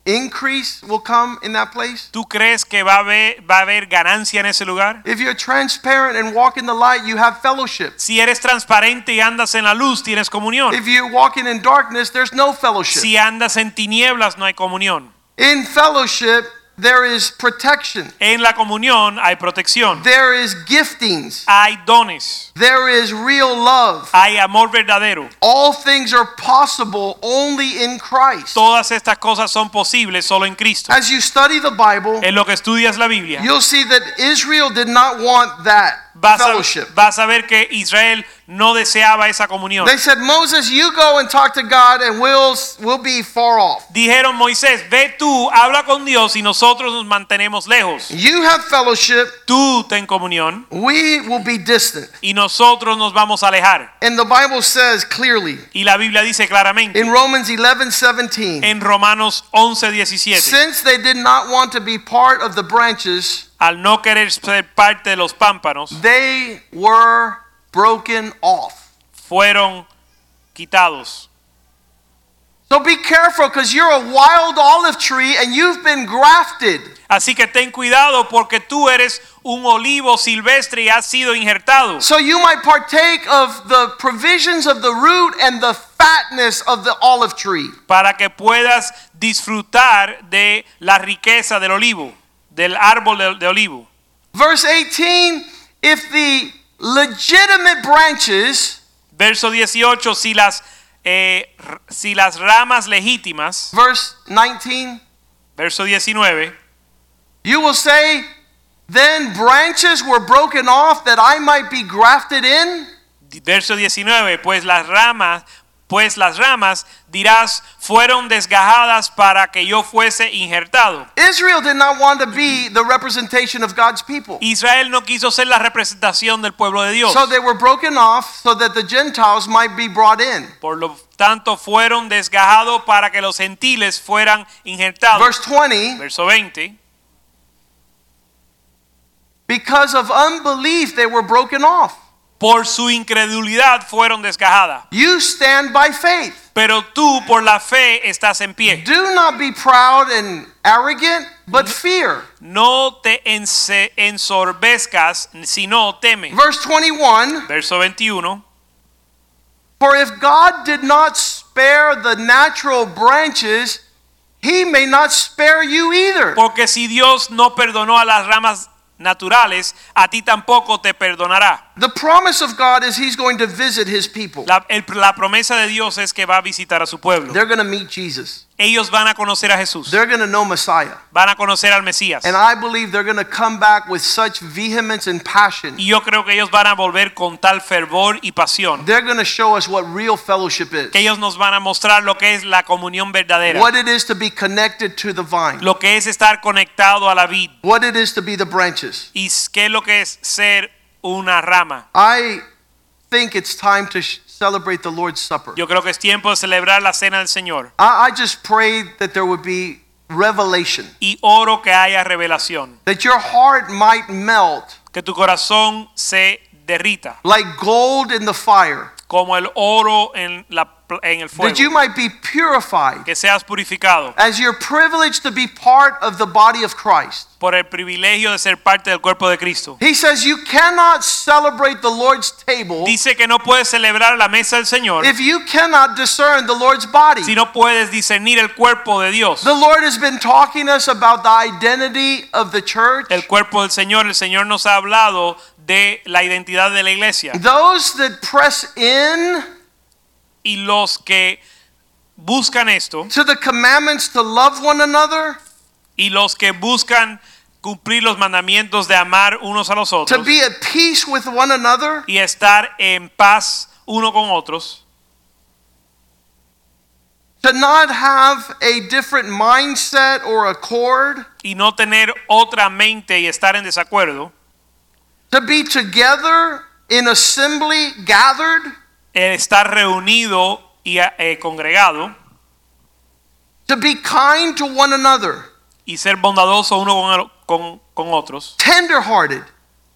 Speaker 1: increase will come in that place?
Speaker 2: ¿Tú crees que va a haber, va a haber ganancia en ese lugar?
Speaker 1: If you're transparent and walk in the light, you have fellowship.
Speaker 2: Si eres transparente y andas en la luz, tienes comunión.
Speaker 1: If you're walking in darkness, there's no fellowship.
Speaker 2: Si andas en tinieblas, no hay comunión.
Speaker 1: In fellowship, there is protection,
Speaker 2: En la comunión hay protección,
Speaker 1: there is giftings,
Speaker 2: hay dones,
Speaker 1: there is real love.
Speaker 2: hay amor verdadero.
Speaker 1: All things are possible only in Christ.
Speaker 2: Todas estas cosas son posibles solo en Cristo.
Speaker 1: As you study the Bible,
Speaker 2: En lo que estudias la Biblia,
Speaker 1: you'll see that Israel did not want that
Speaker 2: vas a,
Speaker 1: fellowship.
Speaker 2: vas a ver que Israel no deseaba esa comunión.
Speaker 1: They said, Moses, you go and talk to God, and we'll we'll be far off.
Speaker 2: Dijeron Moisés, ve tú, habla con Dios y nosotros nos mantenemos lejos.
Speaker 1: You have fellowship;
Speaker 2: Tú ten comunión
Speaker 1: we will be distant.
Speaker 2: y nosotros nos vamos a alejar.
Speaker 1: And the Bible says clearly
Speaker 2: Y la Biblia dice claramente
Speaker 1: in Romans 11:17.
Speaker 2: en Romanos 11, 17,
Speaker 1: Since they did not want to be part of the branches,
Speaker 2: al no querer ser parte de los pámpanos,
Speaker 1: they were broken off.
Speaker 2: fueron quitados.
Speaker 1: So be careful because you're a wild olive tree and you've been grafted.
Speaker 2: Así que ten cuidado porque tú eres un olivo silvestre y has sido injertado.
Speaker 1: So you might partake of the provisions of the root and the fatness of the olive tree.
Speaker 2: para que puedas disfrutar de la riqueza del olivo, del árbol de, de olivo.
Speaker 1: Verse 18 if the legitimate branches,
Speaker 2: Verso 18, si las, eh, r- si las ramas legítimas,
Speaker 1: verse 19,
Speaker 2: verso 19,
Speaker 1: you will say, then branches were broken off that I might be grafted in.
Speaker 2: di- verso 19, pues las ramas, pues las ramas, dirás, fueron desgajadas para que yo fuese injertado.
Speaker 1: Israel did not want to be the representation of God's people.
Speaker 2: Israel no quiso ser la representación del pueblo de Dios.
Speaker 1: So they were broken off so that the Gentiles might be brought in.
Speaker 2: Por lo tanto, fueron desgajados para que los gentiles fueran injertados.
Speaker 1: Verse 20
Speaker 2: Verso 20.
Speaker 1: because of unbelief, they were broken off.
Speaker 2: por su incredulidad fueron desgajadas.
Speaker 1: You stand by faith.
Speaker 2: Pero tú por la fe estás en pie.
Speaker 1: Do not be proud and arrogant, but fear.
Speaker 2: No te ense- ensorbezcas, sino teme.
Speaker 1: Verse 21
Speaker 2: Verso 21.
Speaker 1: For if God did not spare the natural branches, he may not spare you either.
Speaker 2: Porque si Dios no perdonó a las ramas naturales, a ti tampoco te perdonará.
Speaker 1: The promise of God is he's going to visit his people,
Speaker 2: La, el- la promesa de Dios es que va a visitar a su pueblo.
Speaker 1: they're going to meet Jesus.
Speaker 2: Ellos van a conocer a Jesús.
Speaker 1: They're going to know Messiah.
Speaker 2: Van a conocer al Mesías.
Speaker 1: And I believe they're going to come back with such vehemence and passion.
Speaker 2: Y yo creo que ellos van a volver con tal fervor y pasión
Speaker 1: They're going to show us what real fellowship is,
Speaker 2: que ellos nos van a mostrar lo que es la comunión verdadera.
Speaker 1: what it is to be connected to the vine,
Speaker 2: lo que es estar conectado a la vid
Speaker 1: what it is to be the branches.
Speaker 2: y s- qué es lo que es ser una rama.
Speaker 1: I think it's time to sh- celebrate the Lord's Supper.
Speaker 2: Yo creo que es tiempo de celebrar la cena del Señor
Speaker 1: I-, I just pray that there would be revelation,
Speaker 2: y oro que haya revelación,
Speaker 1: that your heart might melt
Speaker 2: que tu corazón se derrita
Speaker 1: like gold in the fire,
Speaker 2: como el oro en, la, pl- en el
Speaker 1: that you
Speaker 2: fuego,
Speaker 1: might be purified
Speaker 2: que seas purificado
Speaker 1: as you're privileged to be part of the body of Christ.
Speaker 2: por el privilegio de ser parte del cuerpo de Cristo.
Speaker 1: He says you cannot celebrate the Lord's table
Speaker 2: Dice que no puedes celebrar la mesa del Señor
Speaker 1: if you cannot discern the Lord's body.
Speaker 2: si no puedes discernir el cuerpo de Dios.
Speaker 1: The Lord has been talking us about the identity of the church.
Speaker 2: El cuerpo del Señor, el Señor nos ha hablado de la identidad de la iglesia.
Speaker 1: Those that press in
Speaker 2: y los que buscan esto
Speaker 1: to the commandments to love one another,
Speaker 2: y los que buscan cumplir los mandamientos de amar unos a los
Speaker 1: to
Speaker 2: otros
Speaker 1: be at peace with one another,
Speaker 2: y estar en paz uno con otros,
Speaker 1: to not have a different mindset or accord,
Speaker 2: y no tener otra mente y estar en desacuerdo,
Speaker 1: to be together in assembly, gathered,
Speaker 2: el estar reunido y eh, congregado
Speaker 1: to be kind to one another,
Speaker 2: y ser bondadoso uno con, el- con- con otros,
Speaker 1: tenderhearted,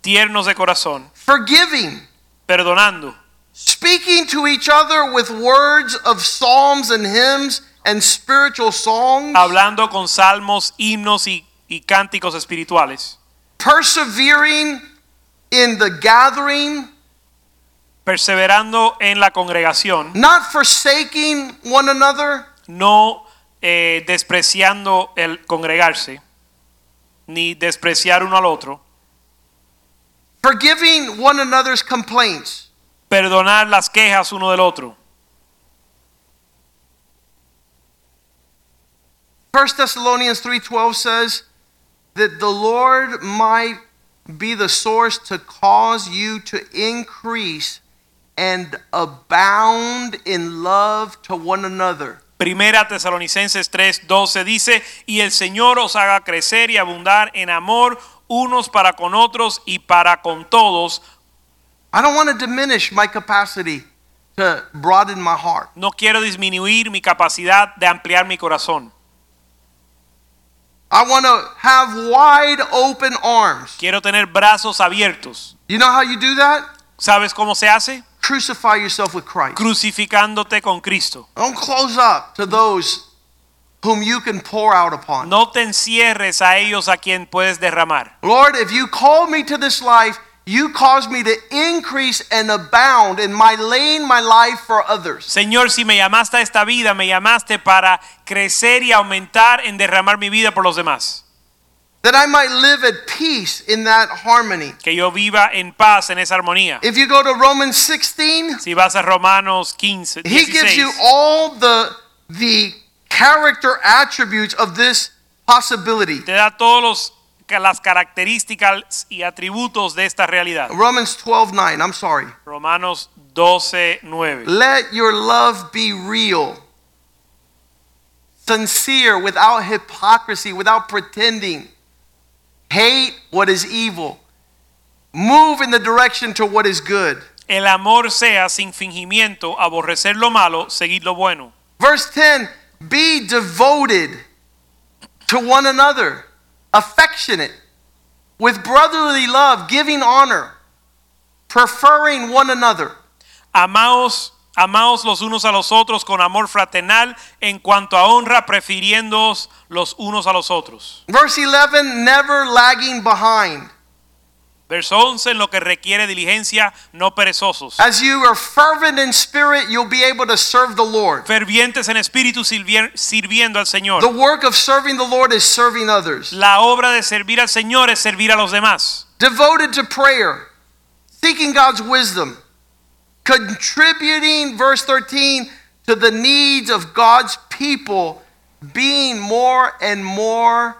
Speaker 2: tiernos de corazón,
Speaker 1: forgiving,
Speaker 2: perdonando,
Speaker 1: speaking to each other with words of psalms and hymns and spiritual songs,
Speaker 2: hablando con salmos, himnos y- y cánticos espirituales,
Speaker 1: persevering in the gathering,
Speaker 2: perseverando en la congregación,
Speaker 1: not forsaking one another,
Speaker 2: no eh, despreciando el congregarse, ni despreciar uno al otro,
Speaker 1: forgiving one another's complaints.
Speaker 2: perdonar las quejas uno del otro.
Speaker 1: 1 Thessalonians 3:12 says that the Lord might be the source to cause you to increase and abound in love to one another.
Speaker 2: Primera Tesalonicenses 3:12 dice, y el Señor os haga crecer y abundar en amor unos para con otros y para con todos.
Speaker 1: I don't want to diminish my capacity to broaden my heart.
Speaker 2: No quiero disminuir mi capacidad de ampliar mi corazón.
Speaker 1: I want to have wide open arms.
Speaker 2: Quiero tener brazos abiertos.
Speaker 1: You know how you do that?
Speaker 2: ¿Sabes cómo se hace?
Speaker 1: Crucify yourself with Christ.
Speaker 2: Crucificándote con Cristo.
Speaker 1: Don't close up to those whom you can pour out upon.
Speaker 2: No te encierres a ellos a quien puedes derramar.
Speaker 1: Lord, if you call me to this life, you cause me to increase and abound in my laying my life for others.
Speaker 2: Señor, si me llamaste a esta vida, me llamaste para crecer y aumentar en derramar mi vida por los demás.
Speaker 1: That I might live at peace in that harmony.
Speaker 2: Que yo viva en paz, en esa armonía.
Speaker 1: If you go to Romans 16,
Speaker 2: Si vas a Romanos 15,
Speaker 1: he gives
Speaker 2: 16,
Speaker 1: you all the the character attributes of this possibility.
Speaker 2: te da todas las características y atributos de esta realidad.
Speaker 1: Romans 12:9, I'm sorry.
Speaker 2: Romanos 12, 9.
Speaker 1: Let your love be real, sincere, without hypocrisy, without pretending. Hate what is evil. Move in the direction to what is good.
Speaker 2: El amor sea sin fingimiento, aborrecer lo malo, seguir lo bueno.
Speaker 1: Verse 10 Be devoted to one another, affectionate, with brotherly love, giving honor, preferring one another.
Speaker 2: Amaos, amaos los unos a los otros con amor fraternal, en cuanto a honra, prefiriéndoos los unos a los otros.
Speaker 1: Verse 11 Never lagging behind.
Speaker 2: Verso 11, en lo que requiere diligencia, no perezosos.
Speaker 1: As you are fervent in spirit, you'll be able to serve the Lord.
Speaker 2: Fervientes en espíritu, sirvi- sirviendo al Señor.
Speaker 1: The work of serving the Lord is serving others.
Speaker 2: La obra de servir al Señor es servir a los demás.
Speaker 1: Devoted to prayer, seeking God's wisdom, contributing, verse 13, to the needs of God's people, being more and more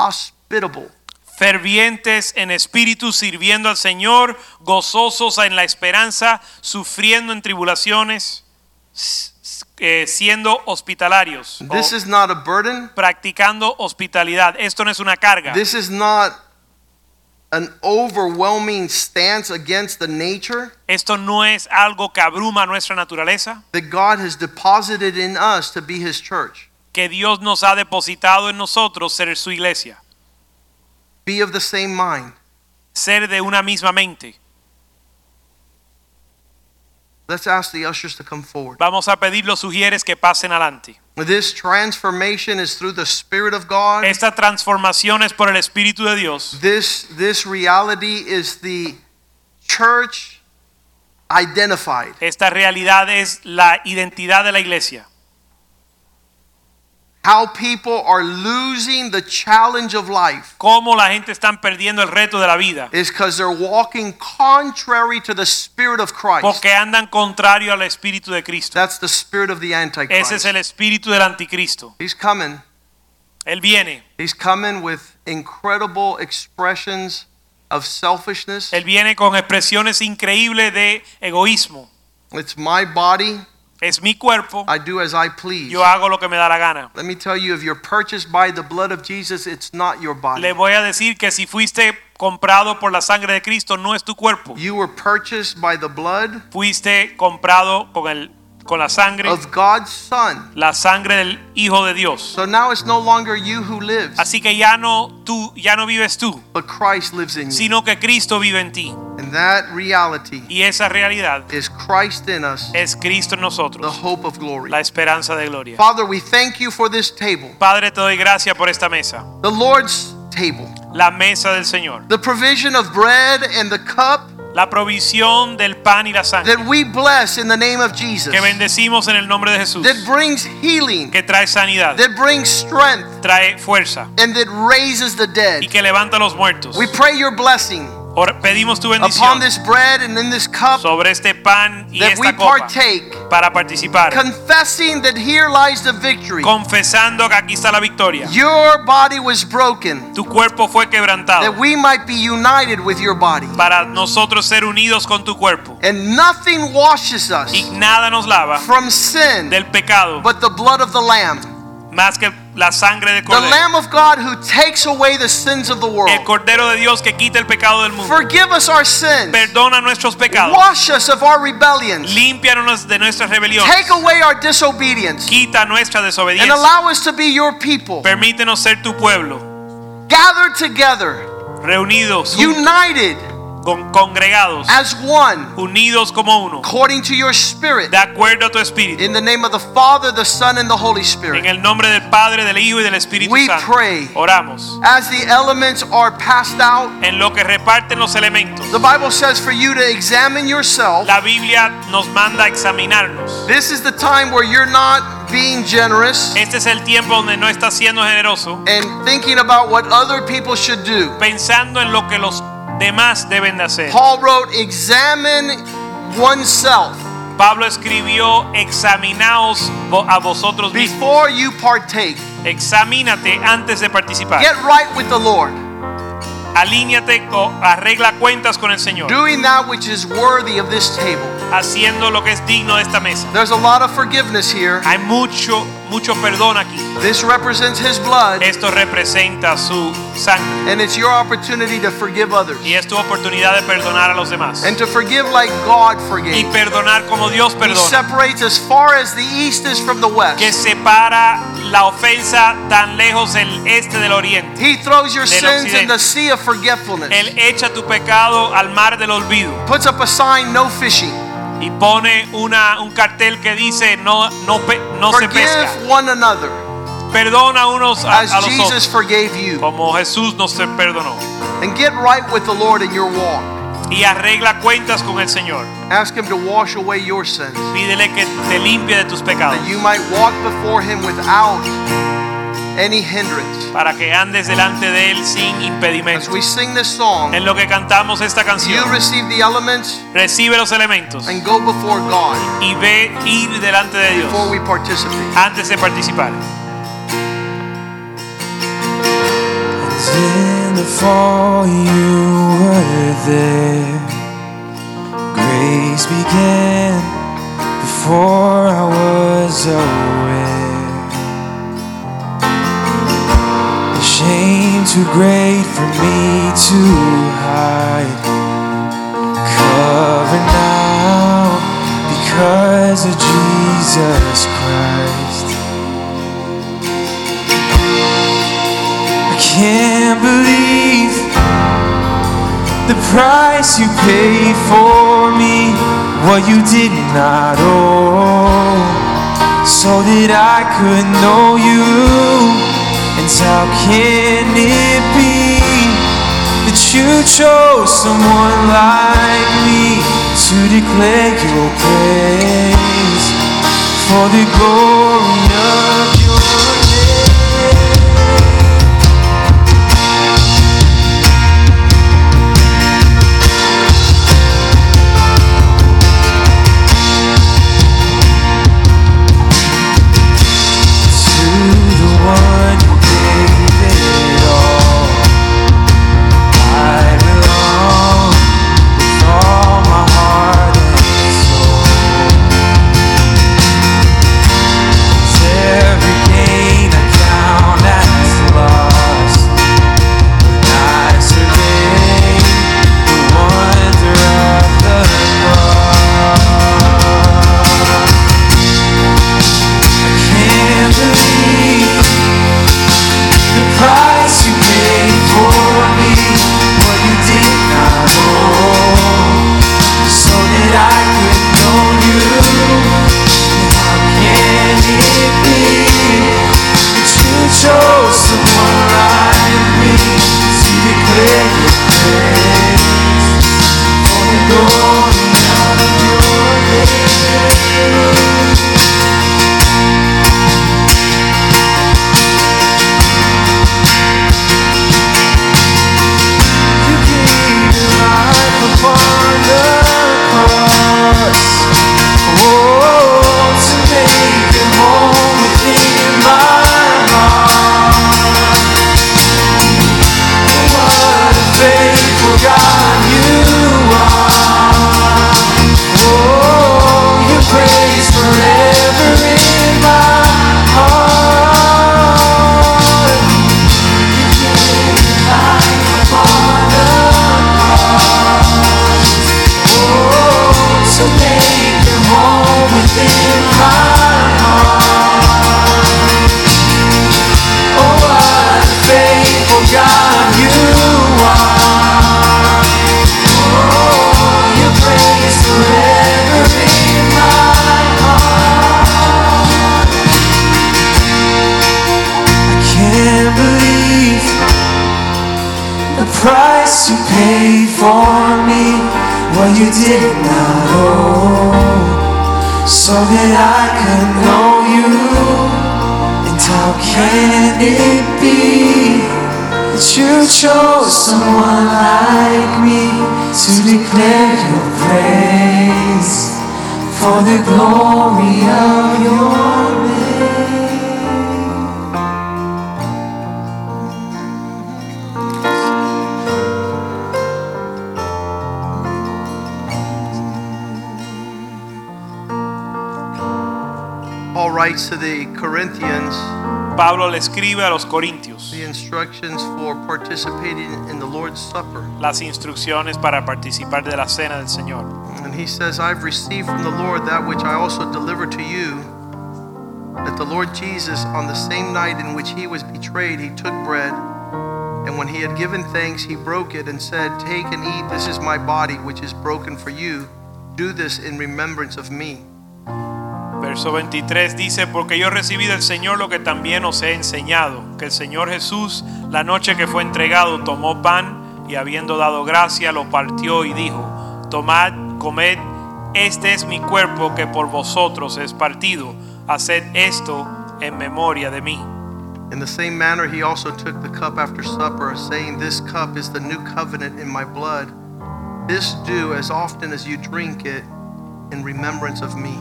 Speaker 1: hospitable.
Speaker 2: Fervientes en espíritu, sirviendo al Señor, gozosos en la esperanza, sufriendo en tribulaciones, s- s- eh, siendo hospitalarios, o
Speaker 1: This is not a burden.
Speaker 2: practicando hospitalidad. Esto no es una carga.
Speaker 1: This is not an overwhelming stance against the nature
Speaker 2: Esto no es algo que abruma nuestra naturaleza,
Speaker 1: that God has deposited in us to be His church.
Speaker 2: que Dios nos ha depositado en nosotros ser su iglesia,
Speaker 1: Be of the same mind.
Speaker 2: ser de una misma mente.
Speaker 1: Let's ask the ushers to come forward.
Speaker 2: Vamos a pedir los sugieres que pasen adelante.
Speaker 1: This transformation is through the Spirit of God.
Speaker 2: Esta transformación es por el Espíritu de Dios.
Speaker 1: This, this reality is the church identified.
Speaker 2: Esta realidad es la identidad de la iglesia.
Speaker 1: How people are losing the challenge of life
Speaker 2: Cómo la gente está perdiendo el reto de la vida.
Speaker 1: is because they're walking contrary to the Spirit of Christ.
Speaker 2: Porque andan contrario al Espíritu de Cristo.
Speaker 1: That's the spirit of the
Speaker 2: Ese es
Speaker 1: Antichrist.
Speaker 2: el Espíritu del Anticristo.
Speaker 1: He's coming.
Speaker 2: Él viene.
Speaker 1: He's coming with incredible expressions of selfishness.
Speaker 2: Él viene con expresiones increíbles de egoísmo.
Speaker 1: It's my body.
Speaker 2: Es mi cuerpo.
Speaker 1: I do as I please.
Speaker 2: Yo hago lo que me da la gana.
Speaker 1: Let me tell you, if you're purchased by the blood of Jesus, it's not your
Speaker 2: Le
Speaker 1: body.
Speaker 2: voy a decir que si fuiste comprado por la sangre de Cristo, no es tu cuerpo.
Speaker 1: You were purchased by the blood
Speaker 2: Fuiste comprado con, el, con la sangre,
Speaker 1: of God's Son.
Speaker 2: la sangre del Hijo de Dios.
Speaker 1: So now it's no longer you who lives,
Speaker 2: Así que ya no tú, ya no vives tú,
Speaker 1: but Christ lives in you.
Speaker 2: sino que Cristo vive en ti.
Speaker 1: And that reality
Speaker 2: Y esa realidad
Speaker 1: is Christ in us,
Speaker 2: es Cristo en
Speaker 1: the
Speaker 2: nosotros,
Speaker 1: hope of glory.
Speaker 2: la esperanza de gloria.
Speaker 1: Father, we thank you for this table,
Speaker 2: Padre, te doy gracias por esta mesa,
Speaker 1: the Lord's table,
Speaker 2: la mesa del Señor,
Speaker 1: the provision of bread and the cup
Speaker 2: la provisión del pan y la sangre
Speaker 1: that we bless in the name of Jesus,
Speaker 2: que bendecimos en el nombre de Jesús,
Speaker 1: that brings healing,
Speaker 2: que trae sanidad,
Speaker 1: that brings strength,
Speaker 2: trae fuerza
Speaker 1: and that raises the
Speaker 2: y
Speaker 1: dead.
Speaker 2: que levanta a los muertos.
Speaker 1: We pray your blessing
Speaker 2: Ora- Pedimos tu bendición
Speaker 1: upon this bread and in this cup
Speaker 2: sobre este pan y
Speaker 1: that we
Speaker 2: esta copa
Speaker 1: partake,
Speaker 2: para participar,
Speaker 1: confessing that here lies the victory.
Speaker 2: confesando que aquí está la victoria.
Speaker 1: Your body was broken
Speaker 2: Tu cuerpo fue quebrantado
Speaker 1: that we might be united with your body.
Speaker 2: para nosotros ser unidos con tu cuerpo.
Speaker 1: And nothing washes us
Speaker 2: Y nada nos lava
Speaker 1: from sin
Speaker 2: del pecado
Speaker 1: but the blood of the Lamb.
Speaker 2: más que la sangre de
Speaker 1: The
Speaker 2: cordero.
Speaker 1: Lamb of God who takes away the sins of the
Speaker 2: El
Speaker 1: world.
Speaker 2: cordero de Dios que quita el pecado del mundo.
Speaker 1: Forgive us our sins.
Speaker 2: Perdona nuestros pecados.
Speaker 1: Wash us of our rebellions.
Speaker 2: Límpianos de nuestras rebeliones.
Speaker 1: Take away our disobedience.
Speaker 2: Quita nuestra
Speaker 1: And
Speaker 2: desobediencia.
Speaker 1: allow us to be your people.
Speaker 2: Permítenos ser tu pueblo,
Speaker 1: Gathered together,
Speaker 2: reunidos,
Speaker 1: united
Speaker 2: con- congregados,
Speaker 1: as one,
Speaker 2: unidos como uno,
Speaker 1: according to your spirit.
Speaker 2: de acuerdo a tu espíritu.
Speaker 1: In the name of the Father, the Son, and the Holy
Speaker 2: En
Speaker 1: Spirit.
Speaker 2: el nombre del Padre, del Hijo y del Espíritu
Speaker 1: We
Speaker 2: Santo.
Speaker 1: pray.
Speaker 2: Oramos.
Speaker 1: As the elements are passed out,
Speaker 2: En lo que reparten los elementos.
Speaker 1: the Bible says for you to examine yourself.
Speaker 2: La Biblia nos manda a examinarnos.
Speaker 1: This is the time where you're not being generous
Speaker 2: Este es el tiempo donde no estás siendo generoso,
Speaker 1: and thinking about what other people should do.
Speaker 2: pensando en lo que los demás deben de hacer.
Speaker 1: Paul wrote, Examine oneself
Speaker 2: Pablo escribió, examinaos vo- a vosotros mismos.
Speaker 1: before you partake.
Speaker 2: Examínate antes de participar.
Speaker 1: Get right with the Lord,
Speaker 2: Alíñate o arregla cuentas con el Señor,
Speaker 1: doing that which is worthy of this table.
Speaker 2: haciendo lo que es digno de esta mesa.
Speaker 1: There's a lot of forgiveness here.
Speaker 2: Hay mucho, mucho perdón aquí.
Speaker 1: This represents his blood,
Speaker 2: Esto representa su sangre
Speaker 1: and it's your opportunity to forgive others
Speaker 2: y es tu oportunidad de perdonar a los demás.
Speaker 1: and to forgive like God
Speaker 2: Y
Speaker 1: forgave.
Speaker 2: perdonar como Dios
Speaker 1: He
Speaker 2: perdona.
Speaker 1: separates as far as the east is from the
Speaker 2: Que
Speaker 1: west.
Speaker 2: separa la ofensa tan lejos del este del oriente.
Speaker 1: He throws your
Speaker 2: Del
Speaker 1: sins in the
Speaker 2: occidente.
Speaker 1: sea of forgetfulness.
Speaker 2: Él echa tu pecado al mar del olvido
Speaker 1: Puts up a sign, no fishing.
Speaker 2: y pone una, un cartel que dice no, no, pe- no se pesca.
Speaker 1: Forgive one another
Speaker 2: Perdona unos a,
Speaker 1: as
Speaker 2: a los
Speaker 1: Jesus
Speaker 2: otros, Oh.
Speaker 1: forgave you.
Speaker 2: como Jesús nos perdonó.
Speaker 1: And get right with the Lord in your walk.
Speaker 2: Y arregla cuentas con el Señor.
Speaker 1: Ask Him to wash away your sins,
Speaker 2: Pídele que te limpie de tus pecados
Speaker 1: that you might walk before Him without any hindrance.
Speaker 2: para que andes delante de Él sin
Speaker 1: As
Speaker 2: impedimento.
Speaker 1: we sing this song,
Speaker 2: En lo que cantamos esta
Speaker 1: you
Speaker 2: canción,
Speaker 1: receive the elements
Speaker 2: recibe los elementos
Speaker 1: and go before God
Speaker 2: y ve ir delante de Dios
Speaker 1: before we participate.
Speaker 2: antes de participar.
Speaker 3: In the fall, you were there. Grace began before I was aware. The shame too great for me to hide. Covered now because of Jesus Christ. I can't believe the price you paid for me, what you did not owe, so that I could know you. And how can it be that you chose someone like me to declare your praise for the glory of your name? To the one who gave it all, I belong with all my heart and soul. Oh, Oh, Oh, price you paid for me, what you did not owe, so that I could know you. And how can it be that you chose someone like me to declare your praise for the glory of your
Speaker 1: Paul writes to the Corinthians
Speaker 2: Pablo le escribe a los corintios
Speaker 1: the instructions for participating in the Lord's Supper.
Speaker 2: las instrucciones para participar de la cena del Señor.
Speaker 1: And he says, I've received from the Lord that which I also delivered to you. That the Lord Jesus, on the same night in which he was betrayed, he took bread. And when he had given thanks, he broke it and said, Take and eat. This is my body, which is broken for you. Do this in remembrance of me.
Speaker 2: Verso 23 dice, porque yo recibí del Señor lo que también os he enseñado, que el Señor Jesús, la noche que fue entregado, tomó pan y habiendo dado gracia, lo partió y dijo, tomad, comed, este es mi cuerpo que por vosotros es partido, haced esto en memoria de mí.
Speaker 1: In the same manner, he also took the cup after supper, saying, This cup is the new covenant in my blood. This do as often as you drink it in remembrance of me.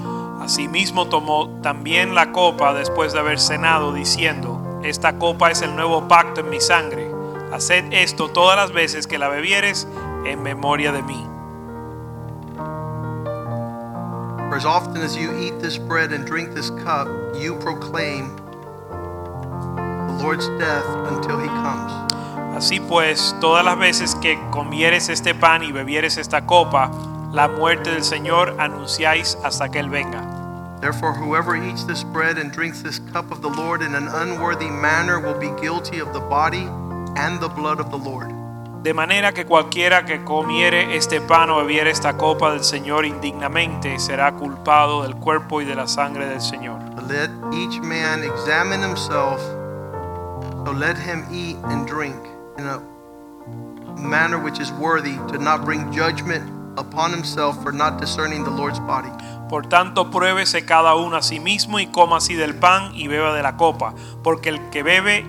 Speaker 2: Asimismo tomó también la copa después de haber cenado, diciendo, Esta copa es el nuevo pacto en mi sangre. Haced esto todas las veces que la bebieres en memoria de mí.
Speaker 1: For as often as you eat this bread and drink this cup, you proclaim the Lord's death until he comes.
Speaker 2: Así pues, todas las veces que comieres este pan y bebieres esta copa, la muerte del Señor anunciáis hasta que Él venga.
Speaker 1: Therefore, whoever eats this bread and drinks this cup of the Lord in an unworthy manner will be guilty of the body and the blood of the Lord.
Speaker 2: De manera que cualquiera que comiere este pan o bebiere esta copa del Señor indignamente será culpado del cuerpo y de la sangre del Señor.
Speaker 1: But let each man examine himself, so let him eat and drink in a manner which is worthy, to not bring judgment upon himself for not discerning the Lord's body.
Speaker 2: Por tanto, pruébese cada uno a sí mismo y coma así del pan y beba de la copa, porque el que bebe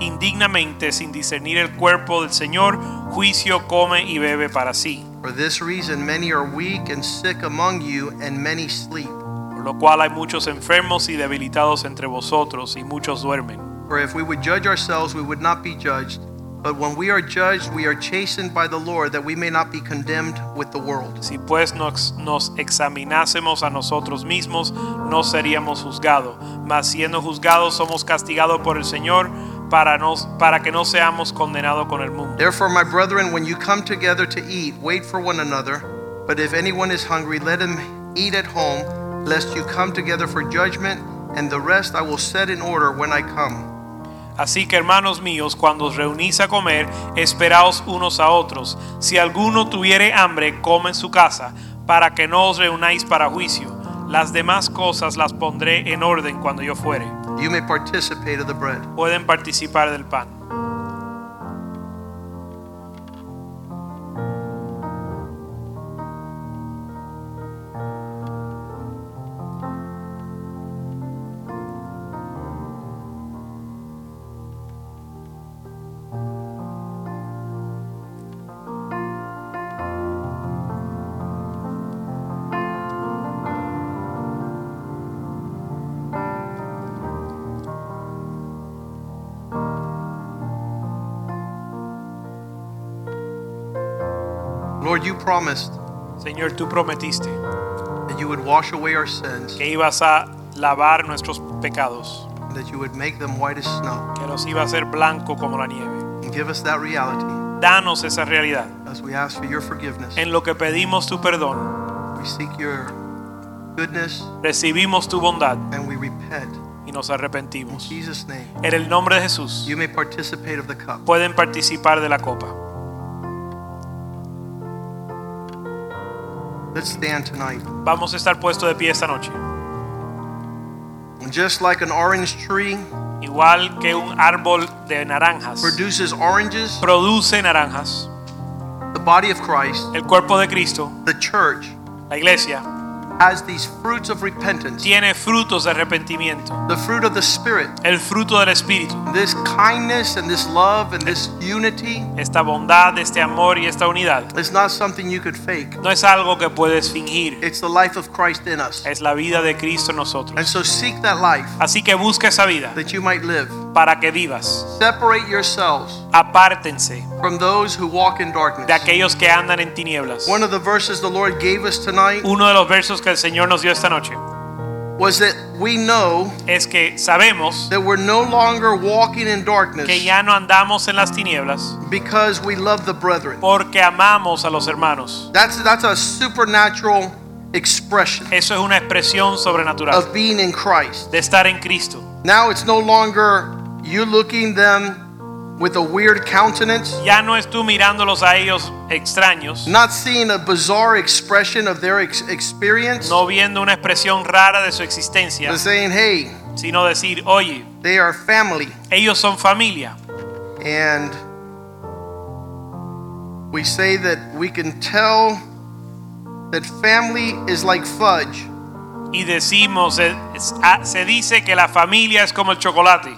Speaker 2: indignamente sin discernir el cuerpo del Señor, juicio come y bebe para sí.
Speaker 1: For this reason, many are weak and sick among you, and many sleep.
Speaker 2: Por lo cual hay muchos enfermos y debilitados entre vosotros y muchos duermen.
Speaker 1: For if we would judge ourselves, we would not be judged. But when we are judged, we are chastened by the Lord, that we may not be condemned with the world.
Speaker 2: Si pues nos, nos examinásemos a nosotros mismos, no seríamos juzgados, mas siendo juzgados somos castigados por el Señor para, nos, para que no seamos condenados con el mundo.
Speaker 1: Therefore, my brethren, when you come together to eat, wait for one another. But if anyone is hungry, let him eat at home, lest you come together for judgment, and the rest I will set in order when I come.
Speaker 2: Así que hermanos míos, cuando os reunís a comer, esperaos unos a otros. Si alguno tuviere hambre, come en su casa, para que no os reunáis para juicio. Las demás cosas las pondré en orden cuando yo fuere.
Speaker 1: You may participate of the bread.
Speaker 2: Pueden participar del pan.
Speaker 1: Lord, you promised
Speaker 2: Señor, tú prometiste
Speaker 1: that you would wash away our sins,
Speaker 2: que ibas a lavar nuestros pecados,
Speaker 1: and that you would make them white as snow.
Speaker 2: que los iba a hacer blanco como la nieve.
Speaker 1: And give us that reality
Speaker 2: Danos esa realidad.
Speaker 1: as we ask for your forgiveness.
Speaker 2: En lo que pedimos tu perdón,
Speaker 1: We seek your goodness
Speaker 2: recibimos tu bondad
Speaker 1: and we repent.
Speaker 2: y nos
Speaker 1: In
Speaker 2: arrepentimos.
Speaker 1: Jesus' name,
Speaker 2: En el nombre de Jesús.
Speaker 1: you may participate of the cup.
Speaker 2: pueden participar de la copa.
Speaker 1: Let's stand tonight.
Speaker 2: Vamos a estar puestos de pie esta noche.
Speaker 1: And just like an orange tree
Speaker 2: Igual que un árbol de naranjas
Speaker 1: produces oranges,
Speaker 2: produce naranjas,
Speaker 1: body of Christ,
Speaker 2: El cuerpo de Cristo,
Speaker 1: the church,
Speaker 2: la iglesia,
Speaker 1: has these fruits of repentance,
Speaker 2: tiene frutos de arrepentimiento.
Speaker 1: the fruit of the Spirit,
Speaker 2: El fruto del Espíritu,
Speaker 1: this kindness and this love and this unity
Speaker 2: esta bondad, este amor y esta unidad,
Speaker 1: is not something you could fake.
Speaker 2: no es algo que puedes fingir.
Speaker 1: It's the life of Christ in us.
Speaker 2: Es la vida de Cristo en
Speaker 1: And
Speaker 2: nosotros.
Speaker 1: so seek that life
Speaker 2: Así que busca esa vida
Speaker 1: that you might live.
Speaker 2: para que vivas.
Speaker 1: Separate yourselves
Speaker 2: Apártense
Speaker 1: from those who walk in darkness.
Speaker 2: de aquellos que andan en tinieblas.
Speaker 1: One of the verses the Lord gave us tonight
Speaker 2: Uno de los versos que el Señor nos dio esta noche
Speaker 1: was that we know
Speaker 2: es que sabemos
Speaker 1: that we're no longer walking in darkness
Speaker 2: que ya no andamos en las tinieblas
Speaker 1: because we love the brethren.
Speaker 2: porque amamos a los hermanos.
Speaker 1: That's that's a supernatural expression
Speaker 2: Eso es una expresión sobrenatural
Speaker 1: of being in Christ.
Speaker 2: de estar en Cristo.
Speaker 1: Now it's no longer you looking them with a weird countenance,
Speaker 2: Ya no es tú mirándolos a ellos extraños,
Speaker 1: not seeing a bizarre expression of their ex- experience,
Speaker 2: no viendo una expresión rara de su existencia,
Speaker 1: but saying, "Hey,
Speaker 2: sino decir, oye,
Speaker 1: they are family,"
Speaker 2: ellos son familia.
Speaker 1: and we say that we can tell that family is like fudge.
Speaker 2: Y decimos, eh, es- ah, se dice que la familia es como el chocolate,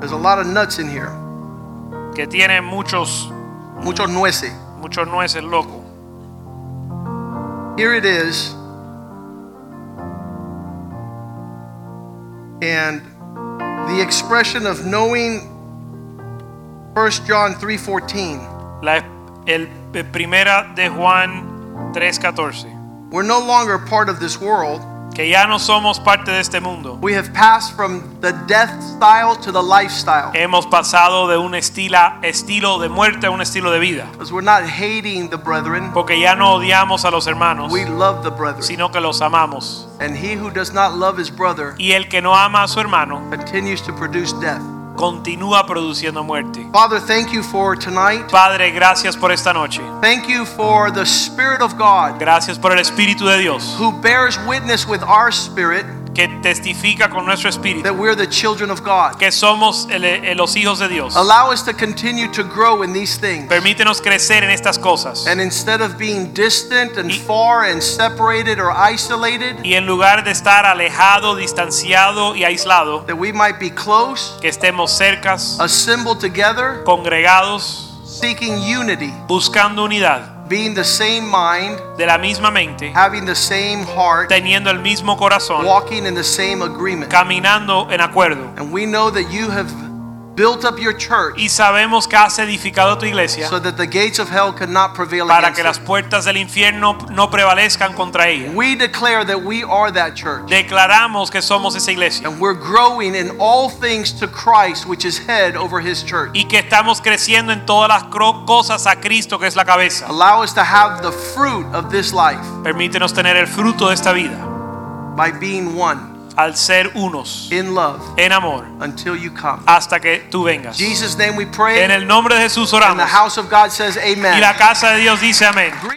Speaker 1: There's a lot of nuts in here.
Speaker 2: que tiene muchos,
Speaker 1: Mucho nueces.
Speaker 2: muchos nueces locos.
Speaker 1: Here it is. And the expression of knowing 1 John 3:14.
Speaker 2: La, el, el primera de Juan 3:14,
Speaker 1: We're no longer part of this world.
Speaker 2: que ya no somos parte de este mundo.
Speaker 1: We have passed from the death style to the lifestyle.
Speaker 2: Hemos pasado de un estila- estilo de muerte a un estilo de vida,
Speaker 1: Because we're not hating the brethren,
Speaker 2: porque ya no odiamos a los hermanos,
Speaker 1: we love the brethren.
Speaker 2: sino que los amamos.
Speaker 1: And he who does not love his brother
Speaker 2: Y el que no ama a su hermano
Speaker 1: continues to produce death.
Speaker 2: continúa produciendo muerte.
Speaker 1: Father, thank you for tonight.
Speaker 2: Padre, gracias por esta noche.
Speaker 1: Thank you for the Spirit of God
Speaker 2: Gracias por el Espíritu de Dios
Speaker 1: who bears witness with our spirit
Speaker 2: que testifica con nuestro espíritu
Speaker 1: that we're the children of God.
Speaker 2: que somos el- el- los hijos de Dios.
Speaker 1: Allow us to continue to grow in these things.
Speaker 2: Permítenos crecer en estas cosas.
Speaker 1: And instead of being distant and far and separated or isolated,
Speaker 2: Y en lugar de estar alejado, distanciado y aislado,
Speaker 1: that we might be close,
Speaker 2: que estemos cercas,
Speaker 1: assembled together,
Speaker 2: congregados,
Speaker 1: seeking unity,
Speaker 2: buscando unidad,
Speaker 1: being the same mind,
Speaker 2: de la misma mente,
Speaker 1: having the same heart,
Speaker 2: teniendo el mismo corazón,
Speaker 1: walking in the same agreement.
Speaker 2: caminando en acuerdo.
Speaker 1: And we know that you have built up your church
Speaker 2: Y sabemos que has edificado tu iglesia
Speaker 1: so that the gates of hell could not prevail
Speaker 2: para que las
Speaker 1: against it.
Speaker 2: puertas del infierno no prevalezcan contra ella.
Speaker 1: We declare that we are that church.
Speaker 2: Declaramos que somos esa iglesia
Speaker 1: And we're growing in all things to Christ, which is head over his church.
Speaker 2: y que estamos creciendo en todas las cro- cosas a Cristo que es la cabeza.
Speaker 1: Allow us to have the fruit of this life
Speaker 2: Permítenos tener el fruto de esta vida
Speaker 1: by being one
Speaker 2: al ser unos
Speaker 1: in love
Speaker 2: en amor
Speaker 1: until you come.
Speaker 2: hasta que tú vengas.
Speaker 1: Jesus' name we pray.
Speaker 2: En el nombre de Jesús
Speaker 1: And the
Speaker 2: oramos.
Speaker 1: house of God says,
Speaker 2: Y
Speaker 1: Amen.
Speaker 2: la casa de Dios dice amén.